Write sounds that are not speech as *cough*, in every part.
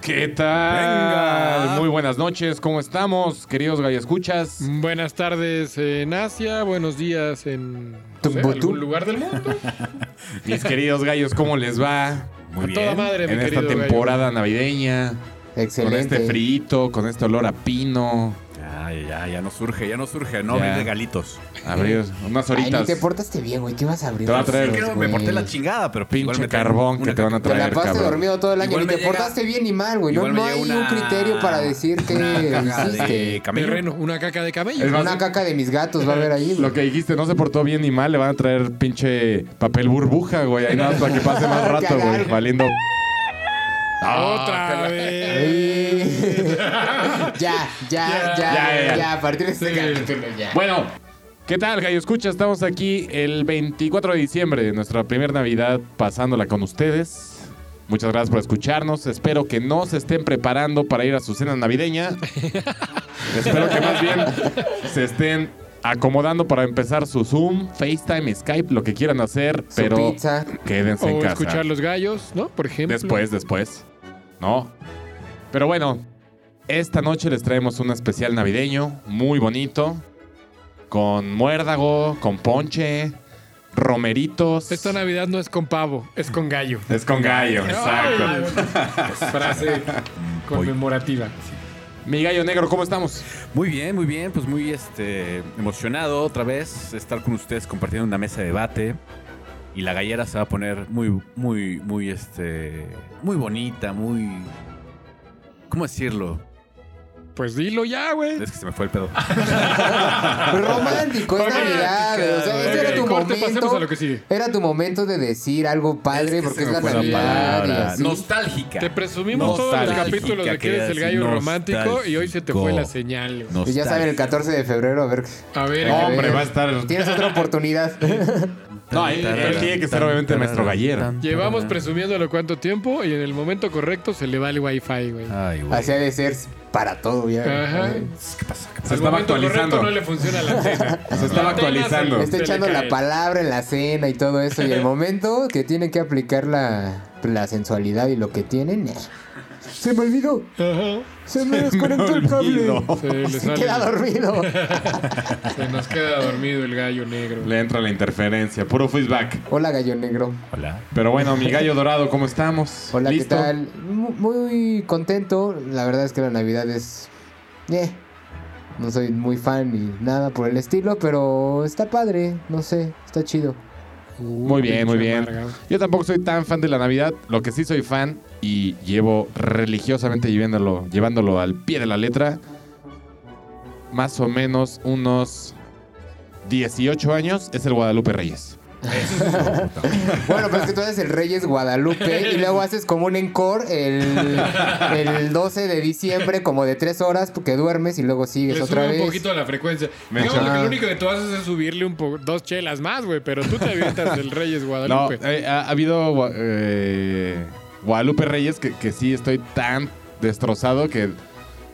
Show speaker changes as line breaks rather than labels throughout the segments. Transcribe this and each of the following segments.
¿Qué tal? Muy buenas noches, ¿cómo estamos, queridos gallascuchas?
Buenas tardes en Asia, buenos días en no sé,
Timbuktu.
algún lugar del mundo.
Mis queridos gallos, ¿cómo les va?
A toda madre, mi
en esta
querido gallo.
temporada navideña, con
Excelente.
este frito, con este olor a pino,
Ya, ya, ya no surge, ya no surge, no
Ya.
abrir regalitos.
abrir unas
Ay, ni
horitas,
te portaste bien, güey. ¿Qué vas a abrir?
Te va a traer-
Sí, creo que me
güey?
porté la chingada, pero pues igual
pinche
me traen
carbón que
una-
te van a
Te la
traer,
pasaste
cabrón.
dormido todo el año.
Igual
Ni
me
te
llega-
portaste bien ni mal, güey. No,
igual me
no hay
llega
un
una-
criterio
*laughs*
para decir qué
una caja
hiciste.
de camello.
Terreno, una caca de
Es
cabello.
más-
Una caca de mis gatos va a haber ahí.
Lo
güey.
que dijiste, no se portó bien ni mal, le van a traer pinche papel burbuja, güey, ahí nada más para que pase
*laughs*
más rato, güey, valiendo... Ah,
Otra vez.
*laughs*
Ay. ya, ya, ya,
Ya, ya, ya.
ya, A partir de este capítulo, ya.
Bueno, ¿qué tal, Gallo Escucha? Estamos aquí el 24 de diciembre, nuestra primera Navidad pasándola con ustedes. Muchas gracias por escucharnos. Espero que no se estén preparando para ir a su cena
*laughs*
navideña. Espero que más bien se estén acomodando para empezar su Zoom, FaceTime, Skype, lo que quieran hacer,
Su
pero *laughs*
pizza.
quédense en
O
casa.
escuchar los gallos, ¿no? Por ejemplo.
Después, después. No. Pero bueno, esta noche les traemos un especial navideño muy bonito. Con muérdago, con ponche, romeritos.
Esta Navidad no es con pavo, es con gallo.
es con gallo, exacto.
Frase conmemorativa.
Mi gallo negro, ¿cómo estamos?
Muy bien, muy bien, pues muy este emocionado otra vez estar con ustedes compartiendo una mesa de debate y la gallera se va a poner muy muy muy este muy bonita, muy ¿Cómo decirlo?
Pues dilo ya, güey.
Es que se me fue el pedo.
Romántico, es
Romántica,
Navidad. güey. O sea,
güey.
este era tu
Corte, pasemos
momento.
a lo que sigue.
Era tu momento de decir algo padre porque es la
fue la
Navidad. y
palabra.
así.
Nostálgica.
Te presumimos todo el
Nostálgica,
capítulo de que eres el gallo
quedas
romántico y hoy se te fue
nostálgico.
la señal. güey.
Y ya saben, el 14 de febrero, a ver.
A ver,
No,
a ver.
Hombre, va a estar.
Tienes otra *laughs* oportunidad.
No, él, él tiene que ser obviamente nuestro gallero.
Llevamos presumiéndolo cuánto tiempo y en el momento correcto se le va el wifi, güey.
Ay, güey.
Así ha de ser para todo, ya.
Ajá.
eh,
¿Qué pasa? ¿Qué pasa?
Se
Al
estaba
momento
actualizando.
correcto no le funciona la antena.
Se estaba actualizando.
Está echando la
pala.
palabra en la cena y todo eso. Y
*laughs*
el momento que tienen que aplicar la, la sensualidad y lo que tienen. eh. Se me olvidó. Se me desconectó el cable.
olvidó.
Se, le
*laughs* Se
sale- *laughs*
queda dormido.
se nos queda dormido el gallo negro.
Le entra la interferencia, puro feedback.
Hola, gallo negro.
Hola.
Pero bueno, mi gallo dorado, ¿cómo estamos?
Hola, ¿qué tal? Mu- Muy contento. La verdad es que la Navidad es. eh, No soy muy fan ni nada por el estilo, pero está padre. No sé, está chido.
Muy bien, muy
Pinche
bien.
amarga.
Yo tampoco soy tan fan de la Navidad. Lo que sí soy fan y llevo religiosamente llevándolo, llevándolo al pie de la letra, más o menos unos 18 años, es el Guadalupe Reyes.
Bueno, pero es que tú haces el Reyes Guadalupe y luego haces como un encore el, el 12 de diciembre, como de tres horas, porque duermes y luego sigues
Le
otra
sube
vez.
un poquito a la frecuencia.
Me
Digamos
echa-
que lo único que tú haces es subirle un po- dos chelas más, güey, pero tú te avientas del Reyes
No,
Guadalupe.
eh, ha, ha habido gua- eh, Guadalupe Reyes que, que sí estoy tan destrozado que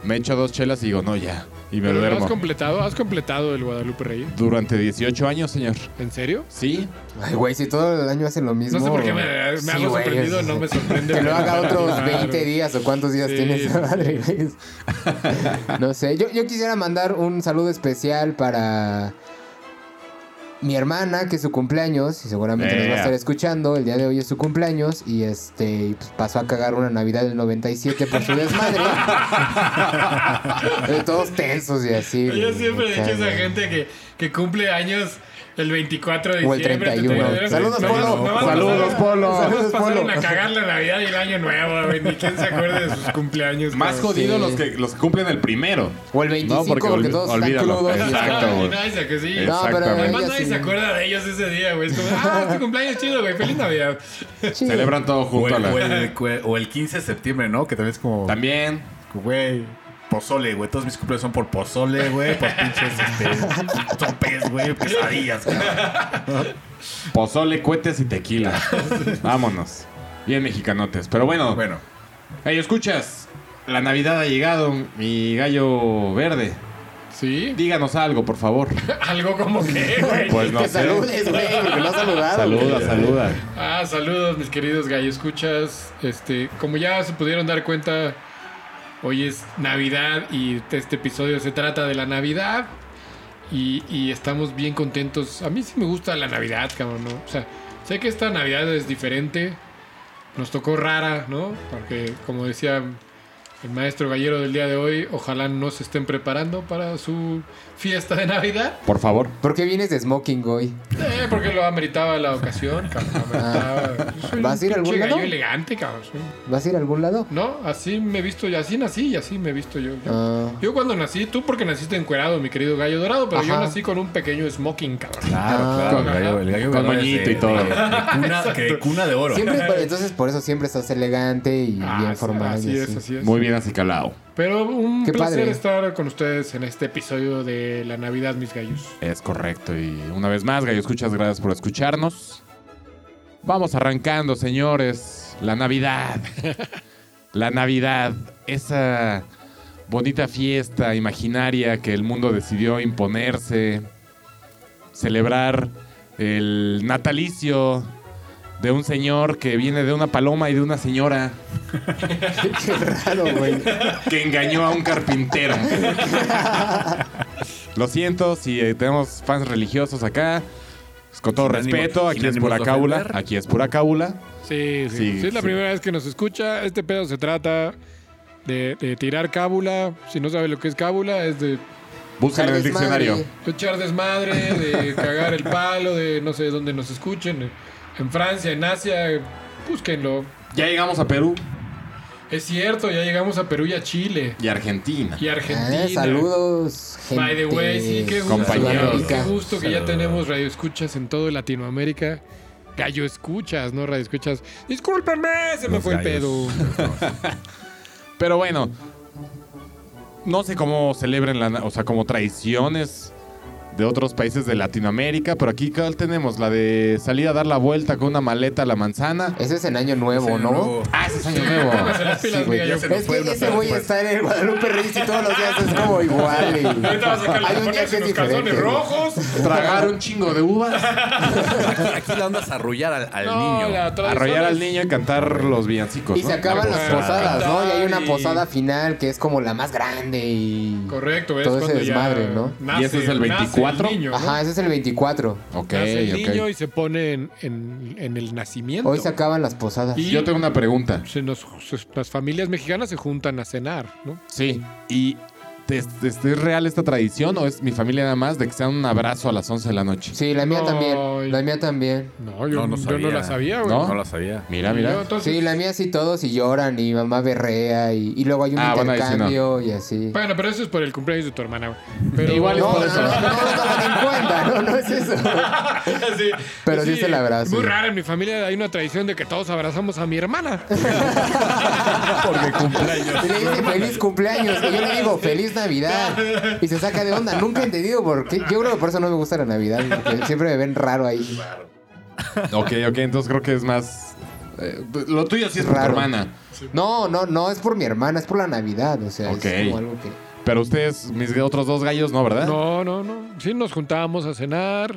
me echo dos chelas y digo, no, ya. Y me
pero lo
duermo.
has completado, has completado el Guadalupe Reyes.
Durante 18 años, señor.
¿En serio?
Sí,
Ay, güey, si todo el año hacen lo mismo.
No sé por qué me, me
Sí,
hago
güey,
sorprendido,
es-
no me sorprende.
Que lo
*laughs*
haga otros
Claro.
20 días o cuántos días
Sí,
tiene
sí,
esa madre, güey.
*laughs*
No sé. Yo, yo quisiera mandar un saludo especial para mi hermana, que es su cumpleaños, y seguramente nos va a
Eh.
estar escuchando. El día de hoy es su cumpleaños, y este y, pues, pasó a cagar una Navidad del 97 por su
*laughs*
desmadre. Eh, Todos tensos y así.
Yo
güey.
siempre he
O sea,
dicho a esa gente que, que cumple años el 24 de
O el
diciembre.
31. Saludos, Polo.
Saludos, Polo.
Saludos,
Saludos, Polo.
Polo.
a cagar la Navidad y el Año Nuevo, güey. Ni quién se acuerde de sus cumpleaños.
más
cabrón.
jodido
Sí.
los que los que cumplen el primero.
O el 25, porque,
olvi-
todos están
olvídalo,
crudos. y-
exacto,
Ah,
güey.
nadie se- que sí.
Eh,
No, pero
Exactamente.
Además
ella
nadie
sí.
se acuerda de ellos ese día, güey. Es como, ah, tu cumpleaños chido, güey. Feliz Navidad.
Sí.
Celebran todo
O
junto a
el,
la.
o el- o el- o el 15 de septiembre, ¿no? Que también es como,
También.
güey, pozole, güey. Todos mis cumpleaños son por pozole, güey. Por pinches *laughs* este, topes, güey. Pesadillas, cabrón.
Pozole, cohetes y tequila. *laughs* Vámonos. Bien mexicanotes. Pero bueno,
Bueno,
Gallo, escuchas. La Navidad ha llegado, mi gallo verde.
¿Sí?
Díganos algo, por favor.
*laughs*
Algo como que, güey.
Pues no
que
sé.
saludes, güey, porque no has saludado.
Saluda,
güey.
saluda.
Ah, saludos, mis queridos escuchas. Este, como ya se pudieron dar cuenta, hoy es Navidad y este episodio se trata de la Navidad. Y, y estamos bien contentos. A mí sí me gusta la Navidad, cabrón, ¿no? O sea, sé que esta Navidad es diferente. Nos tocó rara, ¿no? Porque, como decía el maestro gallero del día de hoy, ojalá no se estén preparando para su fiesta de Navidad.
Por favor.
¿Por qué vienes de smoking hoy?
Eh, porque lo ameritaba la ocasión, cabrón. lo ameritaba. Yo soy
¿Vas Ah. a ir a
un
algún
pinche gallo
lado?
elegante, cabrón. soy un-
¿Vas a ir a algún lado?
No, así me he visto yo, así nací y así me he visto yo. Yo,
Ah.
yo cuando nací, tú porque naciste encuerado, mi querido gallo dorado, pero yo
Ajá.
nací con un pequeño smoking, cabrón.
Claro,
Ah.
claro. El gallo, el gallo
Con
dorado es
moñito
de-
y todo.
de- de cuna, que- cuna de oro.
Siempre, pero entonces por eso siempre estás elegante y
Ah,
bien
sí,
formal.
Así
y
es,
así.
así es.
Muy bien acicalado.
Pero un
Qué
placer
padre.
estar con ustedes en este episodio de la Navidad, mis gallos.
Es correcto. Y una vez más, Gallo Escuchas, gracias por escucharnos. Vamos arrancando, señores. La Navidad. La Navidad. Esa bonita fiesta imaginaria que el mundo decidió imponerse. Celebrar el natalicio de un señor que viene de una paloma y de una señora
Qué raro,
*laughs*
güey.
que engañó a un carpintero. *laughs* Lo siento si eh, tenemos fans religiosos acá. Pues, Con todo
Sin ánimo-
respeto,
sin
aquí es
ánimos
pura
de
cábula.
ofender.
Aquí es pura cábula.
Sí, sí.
Sí,
si es la
sí.
primera vez que nos escucha, este pedo se trata de, de tirar cábula. Si no sabe lo que es cábula, es de
Busquen en el
Carles Madre.
diccionario.
De echar desmadre, de cagar el palo, de no sé dónde nos escuchen. En Francia, en Asia, búsquenlo.
Ya llegamos a Perú
Es cierto, ya llegamos a Perú y a Chile.
y Argentina.
Y a Argentina.
Ah, saludos, gente.
By the way, sí, qué gusto.
Compañeros.
Qué
Sudamérica.
gusto que ya
Saludos.
tenemos radioescuchas en todo Latinoamérica. Gallo escuchas, no radioescuchas. Discúlpenme, se me
Los
fue
gallos.
el
*laughs*
pedo.
Pero bueno, no sé cómo celebren, la, na- o sea, como tradiciones de otros países de Latinoamérica, pero aquí ¿cuál tenemos la de salir a dar la vuelta con una maleta a la manzana.
Ese es en Año Nuevo, ¿no?
Ah, ese es año *laughs* nuevo.
Se las pilas,
Sí, güey.
mi gallo.
Es que ese güey está en el Guadalupe Reyes y todos los días es
*laughs*
como igual. güey.
Ahorita vas a sacar
Hay
las
un día
monedas
que
en
es
los calzones
diferente. güey.
rojos.
Tragar un chingo de uvas.
Aquí, aquí la onda es arrullar al, al
No,
niño.
la tradición
Arrollar al
es-
niño y cantar los villancicos.
Y se
¿no?
acaban
Algo
las
así.
posadas, ¿no? Y hay una
Y-
posada final que es como la más grande y...
Correcto, es
Todo ese
cuando
desmadre,
ya
¿no?
nace-
Y ese es el
nace
24.
niño, ¿no?
Ajá, ese es el 24.
Ok,
Nace el niño
ok.
y se pone en, en- en el nacimiento.
Hoy se acaban las posadas.
Y-
Yo tengo una pregunta.
Se nos- se- las familias mexicanas se juntan a cenar, ¿no?
Sí. ¿Y te- te- te- es real esta tradición o es mi familia nada más de que sea un abrazo a las 11 de la noche?
Sí, la mía
No, y-
también. La mía también.
No, yo yo
No, no
no,
sabía.
la sabía, güey.
¿No?
¿No? la sabía.
Mira,
Y yo,
mira.
entonces-
Sí, la mía sí todos y lloran y mamá berrea y, y luego hay un
Ah, bueno, ahí sí no.
intercambio y así.
Bueno, pero eso es por el cumpleaños de tu hermana, güey. Pero...
Igual es
No,
por
no, no,
eso.
no, no lo toman en cuenta, no, no es eso.
Sí,
Pero sí es el abrazo.
Muy raro, en mi familia hay una tradición de que todos abrazamos a mi hermana.
Porque cumpleaños.
Y le dice feliz cumpleaños y yo le digo feliz Navidad y se saca de onda. Nunca he entendido por qué. Yo creo que por eso no me gusta la Navidad, porque siempre me ven raro ahí.
Ok, ok. Entonces creo que es más. eh, lo tuyo sí es por tu
Raro.
hermana.
No, no, no es por mi hermana, es por la Navidad, o sea,
Ok.
es como algo que
Pero ustedes, mis otros dos gallos, no, ¿verdad?
No, no, no. Sí nos juntábamos a cenar.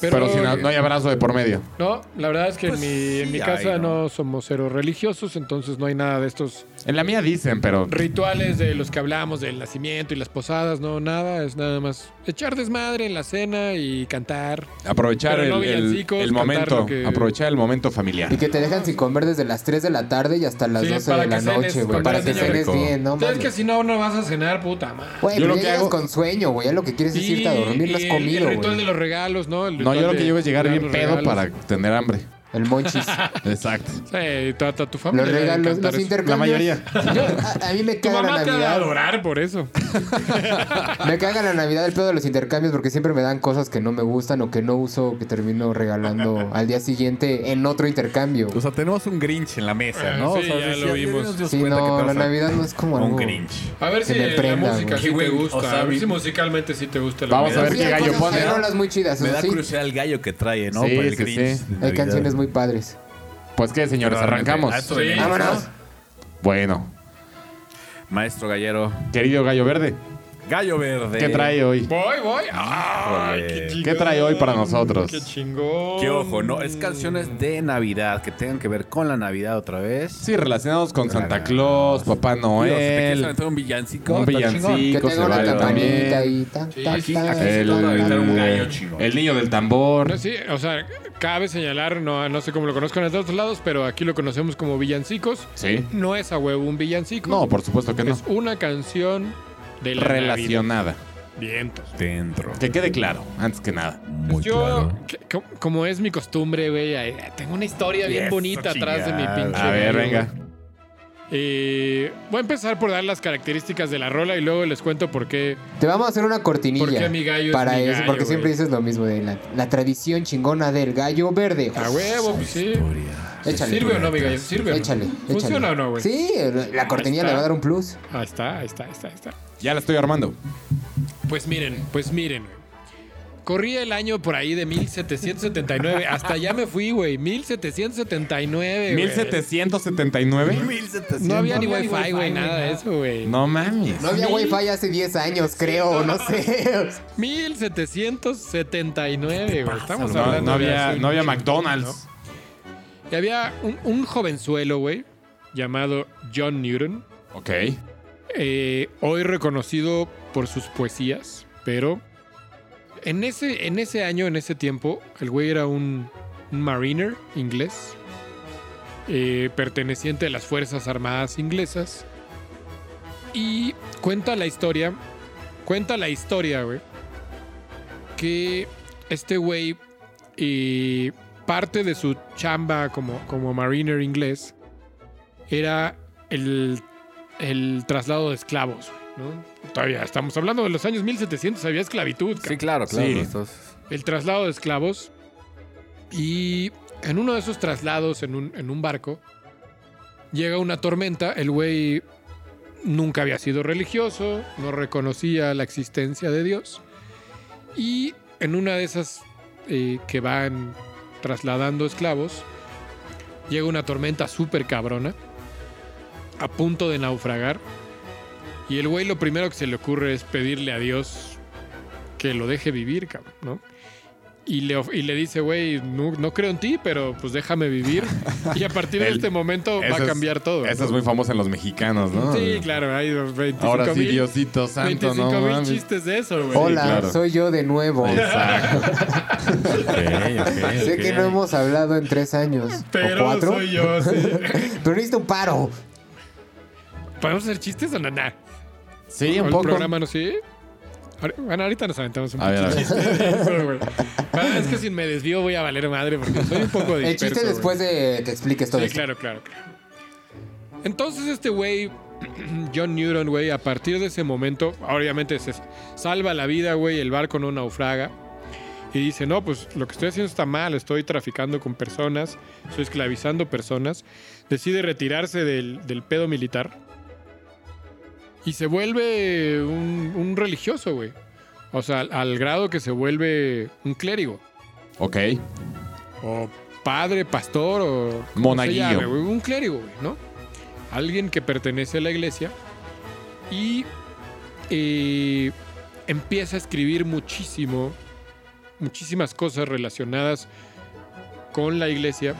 Pero,
Pero, si no, no hay abrazo de por medio.
No, la verdad es que
Pues
en mi, en mi
sí
casa
hay,
¿no?
¿no?
somos cero religiosos, entonces no hay nada de estos
En la mía dicen, pero.
rituales de los que hablamos del nacimiento y las posadas, no, nada, es nada más echar desmadre en la cena y cantar.
Aprovechar
Pero
el,
no
el-
villancicos,
el
cantar lo
momento.
que-
Aprovechar el momento familiar.
y que te dejan sin comer desde las 3 de la tarde y hasta las
Sí,
12
para
de la
que cenes
noche,
con
güey, para
el
que
niño.
cenes bien, no
Sabes que
mames.
si no, no vas a cenar, puta madre.
Güey,
Yo
pero
lo
ya
que
llegas
hago-
con sueño, güey, ya lo que quieres es irte a dormir,
y
no has
el-
comido,
El
güey.
ritual de los regalos, ¿no? El
No,
ritual
yo lo
de
que llego es llegar
dar
bien
los
pedo
regalos.
para tener
*laughs*
hambre.
El monchis.
Exacto.
Sí, trata tu familia.
Los
de
regalos,
cantar
los
eso.
intercambios.
La mayoría.
Yo- a, a mí me
Tu
caga
mamá
la
te ha de
Navidad.
adorar por eso.
Me caga la Navidad el pedo de los intercambios porque siempre me dan cosas que no me gustan o que no uso que termino
*laughs*
regalando al día siguiente en otro intercambio.
O sea, tenemos un Grinch en la mesa,
Ah,
¿no?
sí,
o sea,
ya lo vimos.
nos dimos
Sí,
cuenta que
no, la
todos-
Navidad no es como
Un
algo...
Grinch.
A ver
Se
si
me
la
prenda,
música
güey.
sí te
Güey,
gusta.
o sea,
a ver si
vi-
musicalmente sí te gusta. la
Vamos a
Navidad.
ver
Sí,
qué
hay
gallo
cosas
pone.
¿eh?
carolas muy chidas,
Me
eso
da
sí.
curiosidad el gallo que trae, ¿no?
Sí,
Para el
sí,
Grinch.
sí.
de
Hay
Navidad.
canciones muy padres.
Pues qué, señores,
Claramente.
arrancamos.
A eso
Sí.
venimos,
Vámonos.
¿no?
Bueno,
Maestro Gallero,
querido Gallo Verde,
Gallo verde.
¿Qué trae hoy?
Voy, voy. Ay,
Híjole.
qué
¿Qué
chingón,
trae hoy para nosotros?
Qué chingón.
Qué ojo, no, es canciones de Navidad que tengan que ver con la Navidad otra vez.
Sí, relacionados con Santa
Relacionados.
Claus, Papá
Digo, si te quieres
Noel.
aventar un villancico,
Un
está chingón.
villancico.
Que
Chicos, se
tenga una
vale
campanita
también.
y tan,
Sí,
tan,
sí,
tan,
aquí
tan,
se trata de
tan,
aventar un
tan.
gallo chingón.
El niño del tambor.
No, sí, o sea, cabe señalar, no, no sé cómo lo conozcan en otros lados, pero aquí lo conocemos como villancicos.
Sí.
No es a huevo un villancico.
No, por supuesto que no.
Es una canción de la Navidad.
Relacionada.
Vientos.
Dentro.
Que quede claro, antes que nada.
Muy
Pues yo,
claro.
que- co- como es mi costumbre, güey, ahí- tengo una historia bien
Eso,
bonita atrás de mi
chingada.
pinche.
A ver,
gallo,
venga.
güey. Eh, voy a empezar por dar las características de la rola y luego les cuento por qué.
Te vamos a hacer una cortinilla.
¿Por qué mi gallo es
para
mi
eso,
gallo,
porque siempre
güey?
dices lo mismo de la, la tradición chingona del gallo verde.
Ah,
A huevo, pues sí.
Historia.
Ah, Échale.
¿Sirve o no, mi gallo? ¿Sirve? o no?
Échale, échale.
¿Funciona o no, güey?
Sí, la- la cortinilla le va a dar un plus.
Ahí está, ahí está, ahí está, ahí está.
Ya la estoy armando.
Pues miren, pues miren, güey. Corría el año por ahí de 1779. Hasta allá me fui, güey. 1779. güey.
1779.
1700.
No había ni wifi, güey, nada de eso, güey.
No mames.
No había wifi hace 10 años, creo, no sé.
1779, güey. Estamos
No,
hablando
no
de
había,
hace
no había
un chingo,
McDonald's.
¿no? Y había un, un jovenzuelo, güey, llamado John Newton.
Ok.
eh, hoy reconocido por sus poesías, pero en ese, en ese año, en ese tiempo, el güey era un, un mariner inglés, eh, perteneciente a las Fuerzas Armadas Inglesas, y cuenta la historia, cuenta la historia, güey, que este güey, eh, parte de su chamba como, como mariner inglés, era el el traslado de esclavos, güey, ¿no? Todavía estamos hablando de los años 1700, había esclavitud.
Sí,
cabrón.
claro, claro.
Sí.
estos-
El traslado de esclavos. Y en uno de esos traslados en un, en un barco, llega una tormenta. El güey nunca había sido religioso, no reconocía la existencia de Dios. Y en una de esas eh, que van trasladando esclavos, llega una tormenta súper cabrona, a punto de naufragar. Y el güey lo primero que se le ocurre es pedirle a Dios que lo deje vivir, cabrón, ¿no? Y le, of- y le dice, güey, no, no creo en ti, pero pues déjame vivir. Y a partir de
El-
este momento va
Esa
a
es-
cambiar todo.
Esa
¿no?
es muy famosa en los mexicanos, ¿no?
Sí, claro, hay 25
Ahora sí,
mil,
Diosito Santo, no
25 mil
mames.
chistes de eso, güey.
Hola,
claro.
soy yo de nuevo.
Exacto.
Ok, ok,
Sé
ok.
que no hemos hablado en tres años. o
Pero
cuatro.
soy yo, sí.
*laughs*
Pero necesito un paro.
¿Podemos hacer chistes o no? Nah.
Sí,
¿O
un
el
poco.
programa no sí? Ahor- Bueno, ahorita nos aventamos un
A ver, a
poquito
ver.
de eso, güey. Bueno, es que si me desvío voy a valer madre porque soy un poco disperso.
El chiste
güey.
después de que expliques todo
Sí,
esto.
claro, claro, claro. Entonces este güey, *clears throat* John Newton, güey, a partir de ese momento, obviamente se salva la vida, güey, el barco no naufraga. Y dice, no, pues lo que estoy haciendo está mal, estoy traficando con personas, estoy esclavizando personas. Decide retirarse del, del pedo militar. Y se vuelve un, un religioso, güey. O sea, al- al grado que se vuelve un clérigo
Ok.
o padre, pastor o como se
Monaguillo.
llame, güey, un clérigo, güey, ¿no? Alguien que pertenece a la iglesia y eh, empieza a escribir muchísimo, muchísimas cosas relacionadas con la iglesia,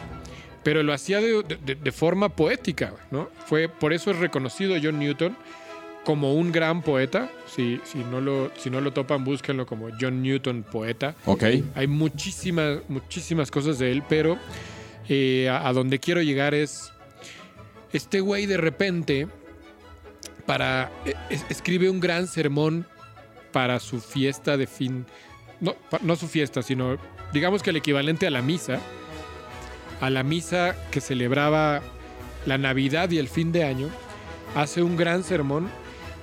pero lo hacía de, de- de forma poética, güey, ¿no? Fue, por eso es reconocido John Newton como un gran poeta. Si, si, no lo, si no lo topan, búsquenlo como John Newton, poeta.
Ok.
Hay muchísimas, muchísimas cosas de él, pero eh, a, a donde quiero llegar es. Este güey de repente para, e- es- escribe un gran sermón para su fiesta de fin. No, pa- no su fiesta, sino digamos que el equivalente a la misa. A la misa que celebraba la Navidad y el fin de año. Hace un gran sermón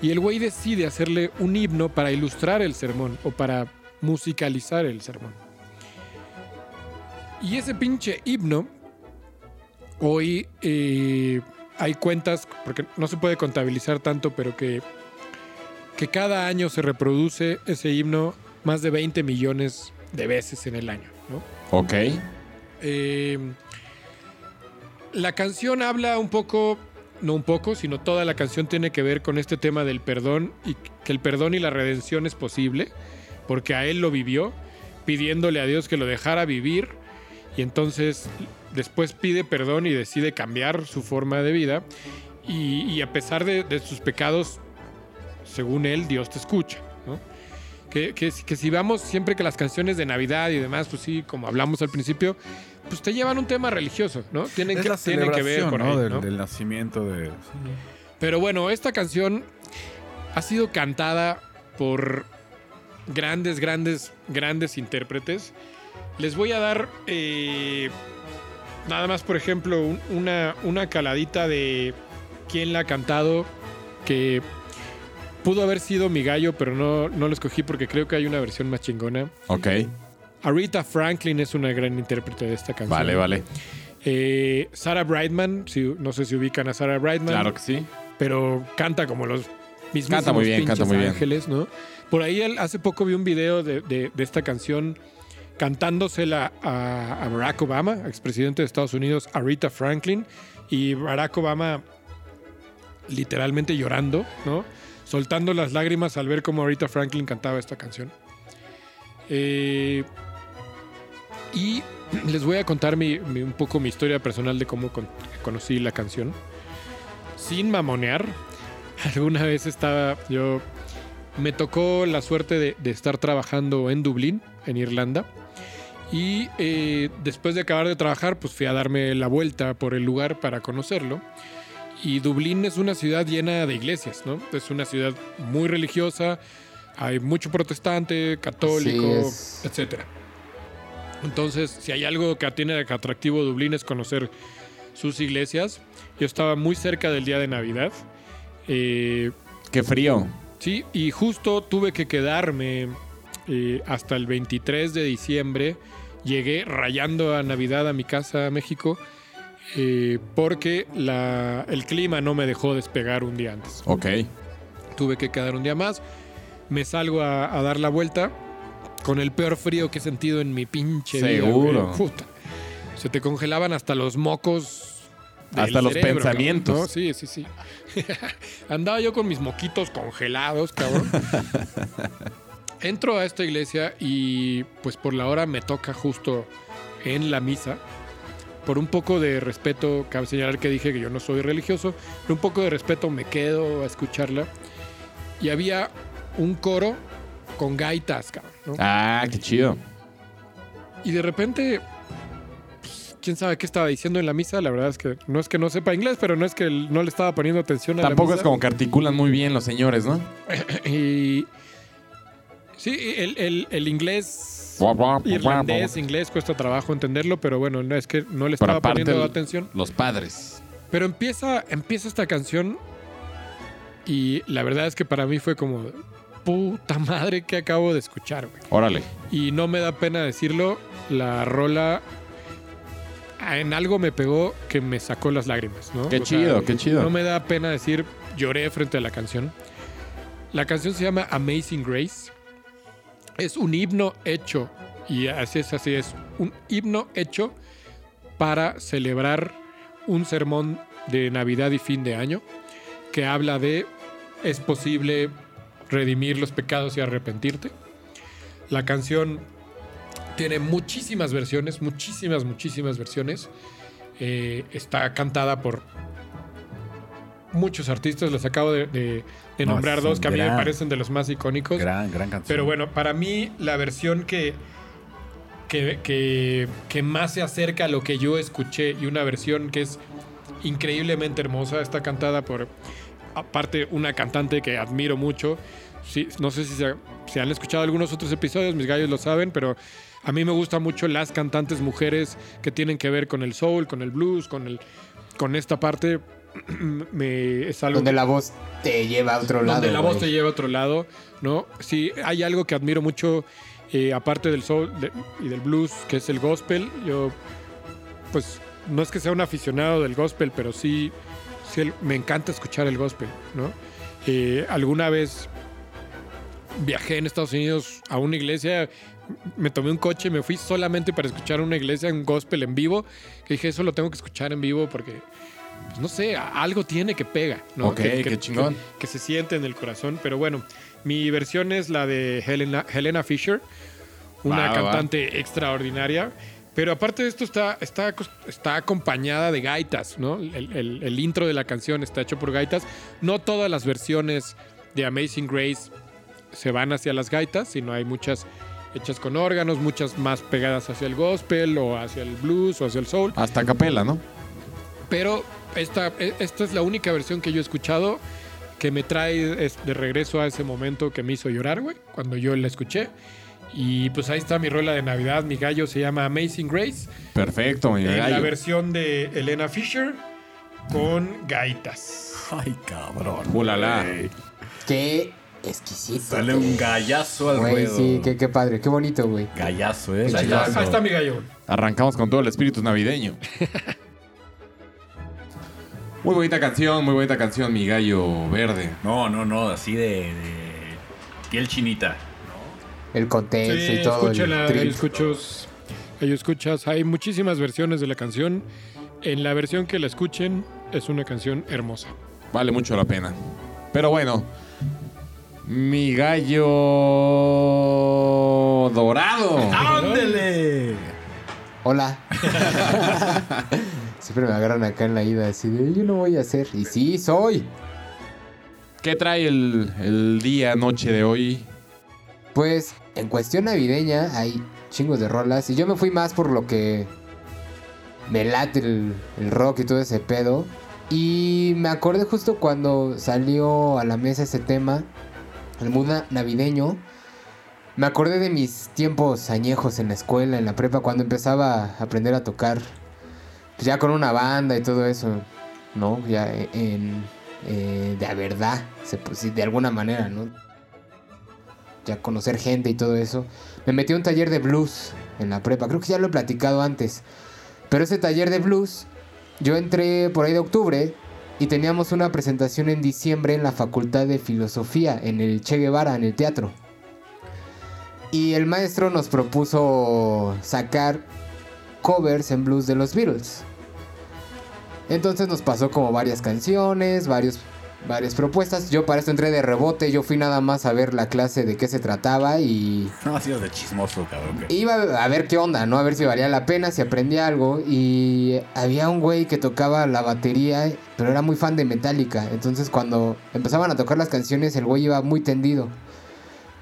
y el güey decide hacerle un himno para ilustrar el sermón o para musicalizar el sermón. Y ese pinche himno, hoy eh, hay cuentas, porque no se puede contabilizar tanto, pero que, que cada año se reproduce ese himno más de 20 millones de veces en el año. ¿no?
Ok.
Eh, la canción habla un poco no un poco, sino toda la canción tiene que ver con este tema del perdón y que el perdón y la redención es posible, porque a él lo vivió, pidiéndole a Dios que lo dejara vivir y entonces después pide perdón y decide cambiar su forma de vida y, y a pesar de, de sus pecados, según él, Dios te escucha. ¿no? Que, que, que si vamos siempre que las canciones de Navidad y demás, pues sí, como hablamos al principio, pues te llevan un tema religioso, ¿no? Tienen,
Es
que,
la
tienen que ver
celebración,
con
¿no?
él,
del,
¿no?
del nacimiento de...
Pero bueno, esta canción ha sido cantada por grandes, grandes, grandes intérpretes. Les voy a dar eh, nada más, por ejemplo, un- una, una caladita de quién la ha cantado, que pudo haber sido mi gallo, pero no, no lo escogí porque creo que hay una versión más chingona.
Ok,
Aretha Franklin es una gran intérprete de esta canción.
vale, vale.
Eh, Sarah Brightman, si- no sé si ubican a Sarah Brightman
Claro que sí.
pero canta como los mismos
Canta muy bien, canta muy bien.
ángeles, ¿no? Por ahí él- hace poco vi un video de, de- de esta canción cantándosela a, a Barack Obama, expresidente de Estados Unidos, Aretha Franklin, y Barack Obama literalmente llorando, ¿no? Soltando las lágrimas al ver cómo Aretha Franklin cantaba esta canción. Eh, y *clears throat* les voy a contar mi- mi- un poco mi historia personal de cómo con- conocí la canción sin mamonear, *laughs* alguna vez estaba yo. Me tocó la suerte de, de estar trabajando en Dublín, en Irlanda. Y eh, después de acabar de trabajar, pues fui a darme la vuelta por el lugar para conocerlo. Y Dublín es una ciudad llena de iglesias, ¿no? Es una ciudad muy religiosa, hay mucho protestante, católico,
Sí, es-
etcétera. Entonces, si hay algo que tiene de atractivo Dublín es conocer sus iglesias. Yo estaba muy cerca del día de Navidad. eh,
Qué frío.
sí, y justo tuve que quedarme eh, hasta el 23 de diciembre. Llegué rayando a Navidad a mi casa, a México, eh, porque la- el clima no me dejó despegar un día antes
Ok.
tuve que quedar un día más. Me salgo a, a dar la vuelta con el peor frío que he sentido en mi pinche vida,
Seguro.
güey. Puta. Se te congelaban hasta los mocos. del
Hasta los
cerebro, cabrón,
pensamientos.
¿no? Sí, sí, *laughs* sí. Andaba yo con mis moquitos
*laughs*
congelados, cabrón. Entro a esta iglesia y pues por la hora me toca justo en la misa. Por un poco de respeto, cabe señalar que dije que yo no soy religioso, pero un poco de respeto me quedo a escucharla. Y había un coro con gaitas, cabrón. ¿no?
Ah, qué chido.
Y de repente, pues, quién sabe qué estaba diciendo en la misa. La verdad es que no es que no sepa inglés, pero no es que no le estaba poniendo atención a
Tampoco
la
es
misa.
como que articulan muy bien los señores, ¿no?
Y, sí, el, el- el inglés irlandés, inglés cuesta trabajo entenderlo, pero bueno, no es que no le
Pero
estaba
aparte
poniendo
el-
atención.
Los padres.
Pero empieza, empieza esta canción y la verdad es que para mí fue como puta madre que acabo de escuchar, güey.
Órale.
Y no me da pena decirlo, la rola en algo me pegó que me sacó las lágrimas, ¿no?
Qué
O sea,
chido, qué chido.
no me da pena decir, lloré frente a la canción. La canción se llama Amazing Grace. Es un himno hecho, y así es, así es, un himno hecho para celebrar un sermón de Navidad y fin de año que habla de es posible redimir los pecados y arrepentirte. La canción tiene muchísimas versiones, muchísimas, muchísimas versiones. Eh, está cantada por muchos artistas. Les acabo de, de- de
No,
nombrar
es
dos
un
que a mí me
gran-
parecen de los más icónicos.
Gran, gran canción.
Pero bueno, para mí la versión que, que, que- que más se acerca a lo que yo escuché y una versión que es increíblemente hermosa, está cantada por, aparte, una cantante que admiro mucho. Sí, no sé si, se- si han escuchado algunos otros episodios, mis gallos lo saben, pero a mí me gustan mucho las cantantes mujeres que tienen que ver con el soul, con el blues, con, el, con esta parte. *clears throat* Me, es algo
Donde
que-
la voz te lleva a otro lado.
donde la voz te
güey.
lleva a otro lado, ¿no? Sí, hay algo que admiro mucho, eh, aparte del soul de- y del blues, que es el gospel. Yo, pues, no es que sea un aficionado del gospel, pero sí, sí el- me encanta escuchar el gospel, ¿no? Eh, alguna vez viajé en Estados Unidos a una iglesia, me tomé un coche, me fui solamente para escuchar una iglesia, un gospel en vivo, que dije, eso lo tengo que escuchar en vivo porque pues, no sé, a- algo tiene que pega. ¿no?
Ok,
que,
qué chingón.
Que, que se siente en el corazón. Pero bueno, mi versión es la de Helena, Helena Fisher, una
Va, va.
cantante extraordinaria. Pero aparte de esto, está, está, acos- está acompañada de gaitas, ¿no? El, el- el intro de la canción está hecho por gaitas. No todas las versiones de Amazing Grace se van hacia las gaitas, sino hay muchas hechas con órganos, muchas más pegadas hacia el gospel o hacia el blues o hacia el soul.
Hasta capela, ¿no?
Pero esta, e- esta es la única versión que yo he escuchado que me trae es- de regreso a ese momento que me hizo llorar, güey, cuando yo la escuché. Y pues ahí está mi rola de Navidad, mi gallo se llama Amazing Grace,
Perfecto, mi
en la
gallo.
versión de Elena Fisher con gaitas.
Ay, cabrón.
Ulala.
güey.
Qué exquisito.
Sale un gallazo al
Güey,
ruedo.
sí, qué, qué padre, qué bonito, güey.
Gallazo, eh.
Ahí
Gallazo.
está, ahí está mi gallo.
Arrancamos con todo el espíritu navideño. Muy bonita canción, muy bonita canción, mi gallo verde.
No, no, no, así de, de piel chinita.
El contexto
Sí,
y todo. el
escúchala,
trip.
Gallo Escuchos. Gallo Escuchas. Hay muchísimas versiones de la canción. En la versión que la escuchen, es una canción hermosa.
Vale mucho la pena. Pero bueno, mi gallo dorado.
¡Ándele!
Hola. *laughs* Siempre me agarran acá en la ida así de yo no voy a hacer. Y sí, soy.
¿Qué trae el, el día, noche de hoy?
Pues en cuestión navideña hay chingos de rolas. Y yo me fui más por lo que me late el, el rock y todo ese pedo. Y me acordé justo cuando salió a la mesa ese tema, el mundo navideño. Me acordé de mis tiempos añejos en la escuela, en la prepa, cuando empezaba a aprender a tocar. Pues ya con una banda y todo eso, ¿no? Ya e- en. eh, de la verdad, se, pues, sí, de alguna manera, ¿no? ya conocer gente y todo eso. Me metí a un taller de blues en la prepa. Creo que ya lo he platicado antes. Pero ese taller de blues, yo entré por ahí de octubre y teníamos una presentación en diciembre en la Facultad de Filosofía, en el Che Guevara, en el teatro. Y el maestro nos propuso sacar covers en blues de los Beatles. Entonces nos pasó como varias canciones, varios varias propuestas. Yo para esto entré de rebote, yo fui nada más a ver la clase de qué se trataba y
No, así de chismoso, cabrón. que-
iba a ver qué onda, ¿no? A ver si valía la pena, si aprendía algo. Y había un güey que tocaba la batería, pero era muy fan de Metallica. Entonces cuando empezaban a tocar las canciones, el güey iba muy tendido.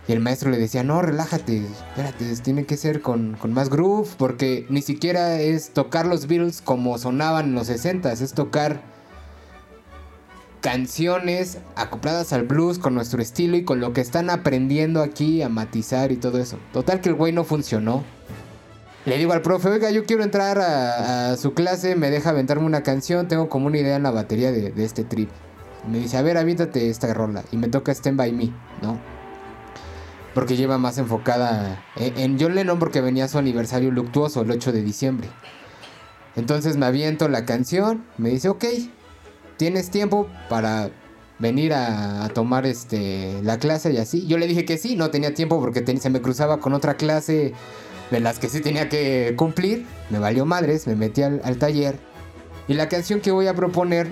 Y el maestro le decía, no, relájate, espérate, es- tiene que ser con, con más groove, porque ni siquiera es tocar los Beatles como sonaban en los 60s, es tocar canciones acopladas al blues con nuestro estilo y con lo que están aprendiendo aquí a matizar y todo eso. Total que el güey no funcionó. Le digo al profe, oiga, yo quiero entrar a, a su clase, me deja aventarme una canción, tengo como una idea en la batería de, de este trip. Me dice, a ver, aviéntate esta rola. Y me toca Stand By Me, ¿no? Porque lleva más enfocada en, en John Lennon porque venía su aniversario luctuoso el 8 de diciembre. Entonces me aviento la canción, me dice, ok, ¿tienes tiempo para venir a, a tomar este la clase y así? Yo le dije que sí, no tenía tiempo porque ten- se me cruzaba con otra clase de las que sí tenía que cumplir. Me valió madres, me metí al, al taller. Y la canción que voy a proponer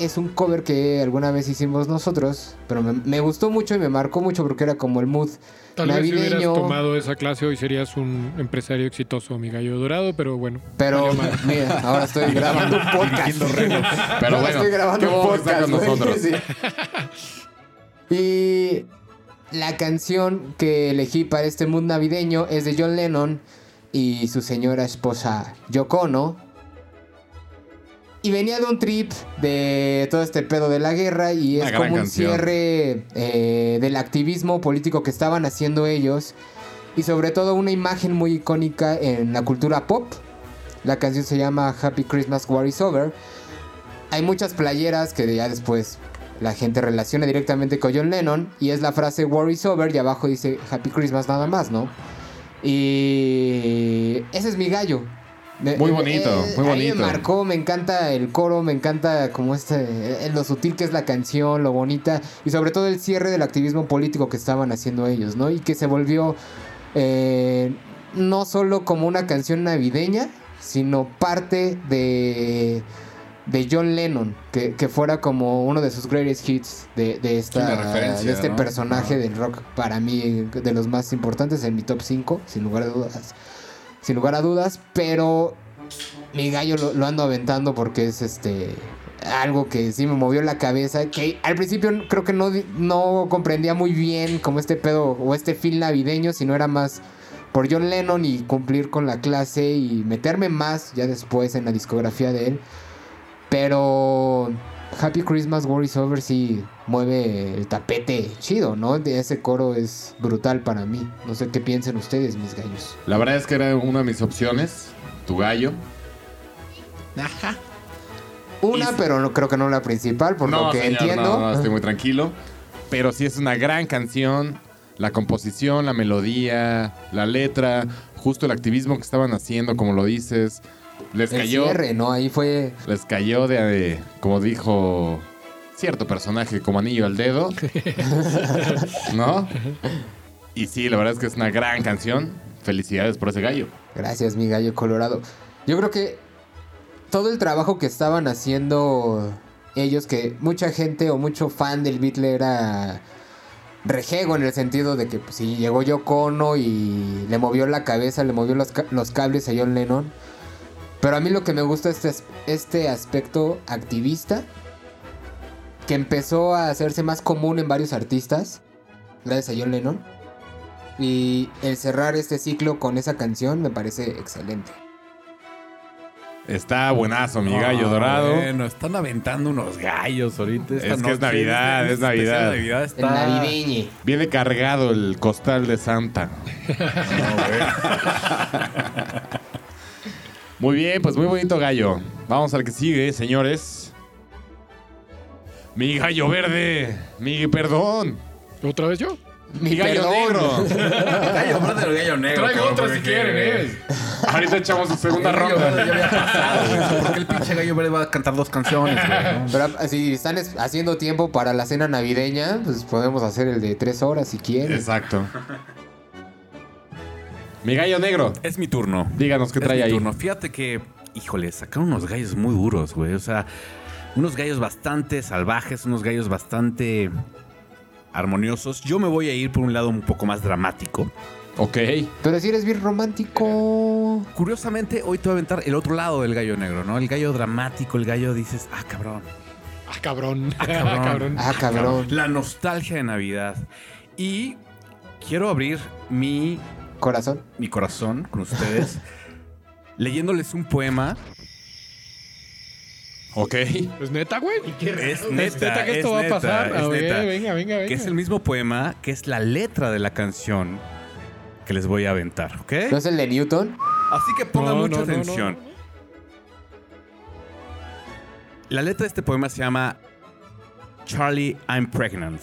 es un cover que alguna vez hicimos nosotros, pero me, me gustó mucho y me marcó mucho porque era como el mood
Tal
navideño.
vez si hubieras tomado esa clase hoy serías un empresario exitoso, mi gallo dorado, pero bueno.
Pero
valió madre.
mira, ahora estoy grabando un podcast.
Pero
Ahora
bueno,
estoy grabando
qué
un
bueno que está
podcast.
con
güey.
nosotros.
Sí. Y la canción que elegí para este mood navideño es de John Lennon y su señora esposa Yoko Ono. Y venía de un trip de todo este pedo de la guerra y
Una
es
gran
como un
canción.
cierre eh, del activismo político que estaban haciendo ellos y sobre todo una imagen muy icónica en la cultura pop. La canción se llama Happy Christmas War is Over. Hay muchas playeras que ya después la gente relaciona directamente con John Lennon y es la frase War is Over y abajo dice Happy Christmas nada más, ¿no? Y ese es mi gallo. Me-
Muy bonito, muy
a mí
bonito.
Me marcó, me encanta el coro, me encanta como este, eh, lo sutil que es la canción, lo bonita y sobre todo el cierre del activismo político que estaban haciendo ellos, ¿no? Y que se volvió eh, no solo como una canción navideña, sino parte de de John Lennon, que, que fuera como uno de sus greatest hits de, de,
Una
esta,
referencia,
de este
¿no?
personaje del rock, para mí de los más importantes en mi top 5, sin lugar a dudas. Sin lugar a dudas, pero mi gallo lo, lo ando aventando porque es este algo que sí me movió la cabeza, que al principio creo que no, di- no comprendía muy bien como este pedo o este film navideño, sino era más por John Lennon y cumplir con la clase y meterme más ya después en la discografía de él. Pero Happy Christmas War is Over sí mueve el tapete chido, ¿no? De ese coro es brutal para mí. No sé qué piensen ustedes, mis gallos.
La verdad es que era una de mis opciones. Tu gallo.
Una, pero no, creo que no la principal, por lo que
señor,
entiendo.
no, no, estoy muy tranquilo. Pero sí es una gran canción. La composición, la melodía, la letra, justo el activismo que estaban haciendo, como lo dices. Les
el
cayó.
cierre, ¿no? Ahí fue
Les cayó de, de- como dijo cierto personaje, como anillo al
*laughs*
dedo. ¿No? Y sí, la verdad es que es una gran canción. Felicidades por ese gallo.
Gracias, mi gallo colorado. Yo creo que todo el trabajo que estaban haciendo ellos, que mucha gente o mucho fan del Beatle era rejego en el sentido de que pues, si llegó yo Ono y le movió la cabeza, le movió los, ca- los cables a John Lennon. Pero a mí lo que me gusta es este, as- este aspecto activista que empezó a hacerse más común en varios artistas, gracias a John Lennon. Y el cerrar este ciclo con esa canción me parece excelente.
Está buenazo, mi gallo
Ah,
dorado.
Bueno, están aventando unos gallos ahorita. esta
Es que es
noche,
Navidad,
este-
es
este especial
Navidad.
de Navidad
El
está...
navideño.
Viene cargado el costal de Santa. muy bien, pues muy bonito gallo. Vamos al que sigue, señores. Mi gallo verde. Mi perdón.
¿Otra vez yo?
Mi gallo
perdón.
negro.
Gallo verde del gallo negro.
Traigo
cabrón,
otra si
porque-
quieren, ¿eh?
Ahorita echamos su segunda
El gallo verde
ronda.
ya había pasado, güey. ¿Por qué el pinche gallo verde va a cantar dos canciones, güey? no?
Pero ah, si están es- haciendo tiempo para la cena navideña, pues podemos hacer el de tres horas si quieren.
Exacto. Mi gallo negro.
Es mi turno.
Díganos qué
Es mi
trae ahí.
turno. Fíjate que, híjole, sacaron unos gallos muy duros, güey. O sea, unos gallos bastante salvajes, unos gallos bastante armoniosos. Yo me voy a ir por un lado un poco más dramático.
Ok.
Pero si eres bien romántico.
Curiosamente, hoy te voy a aventar el otro lado del gallo negro, ¿no? El gallo dramático, el gallo dices, ah, cabrón.
Ah, cabrón. Ah,
cabrón.
cabrón.
Ah, cabrón.
La nostalgia de Navidad. Y quiero abrir mi
Corazón.
mi corazón
*laughs*
con ustedes, leyéndoles un poema.
Ok.
Pues neta, güey.
Es
Es
neta,
neta que esto
es
va a
neta,
pasar.
es
A ver,
neta.
venga, venga, venga.
Que es el mismo poema, que es la letra de la canción que les voy a aventar, ¿ok?
¿No es el de Newton?
Así que pongan
No,
mucha
no, no,
atención. La letra de este poema se llama Charlie, I'm pregnant.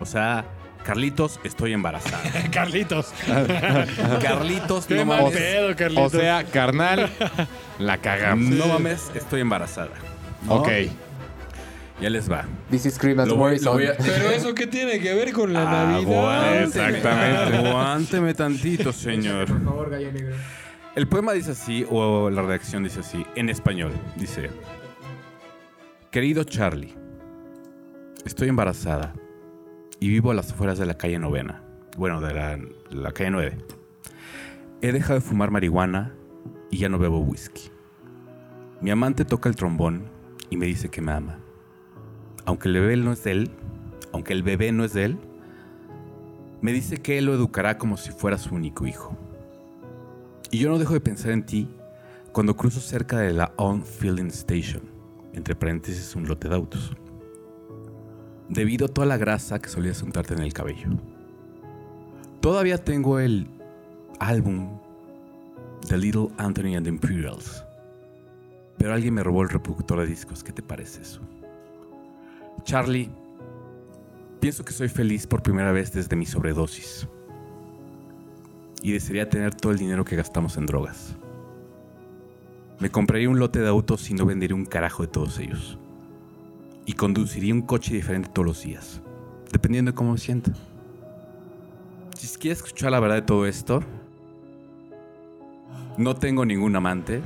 O sea, Carlitos, estoy embarazada.
*laughs* Carlitos.
Carlitos,
Qué
no
mal
mames.
pedo, Carlitos.
O sea, carnal, la cagamos.
No mames, estoy embarazada. ¿no?
Ok.
Ya les va.
This is Christmas
Lo voy-
Morrison.
lo voy a-
Pero eso qué tiene que ver con la
Aguánteme,
Navidad.
Exactamente.
Ah,
*laughs*
Aguánteme tantito, señor.
favor, gallo negro.
El poema dice así, o la redacción dice así, en español. Dice, querido Charlie, estoy embarazada y vivo a las afueras de la calle novena. Bueno, de la, la calle 9. He dejado de fumar marihuana y ya no bebo whisky. Mi amante toca el trombón y me dice que me ama. Aunque el bebé no es de él, aunque el bebé no es de él, me dice que él lo educará como si fuera su único hijo. Y yo no dejo de pensar en ti cuando cruzo cerca de la On Filling Station, entre paréntesis un lote de autos, debido a toda la grasa que solías untarte en el cabello. Todavía tengo el álbum The Little Anthony and the Imperials, pero alguien me robó el reproductor de discos, ¿qué te parece eso? Charlie, pienso que soy feliz por primera vez desde mi sobredosis y desearía tener todo el dinero que gastamos en drogas. Me compraría un lote de autos y no vendería un carajo de todos ellos. Y conduciría un coche diferente todos los días, dependiendo de cómo me sienta. Si quieres escuchar la verdad de todo esto, no tengo ningún amante,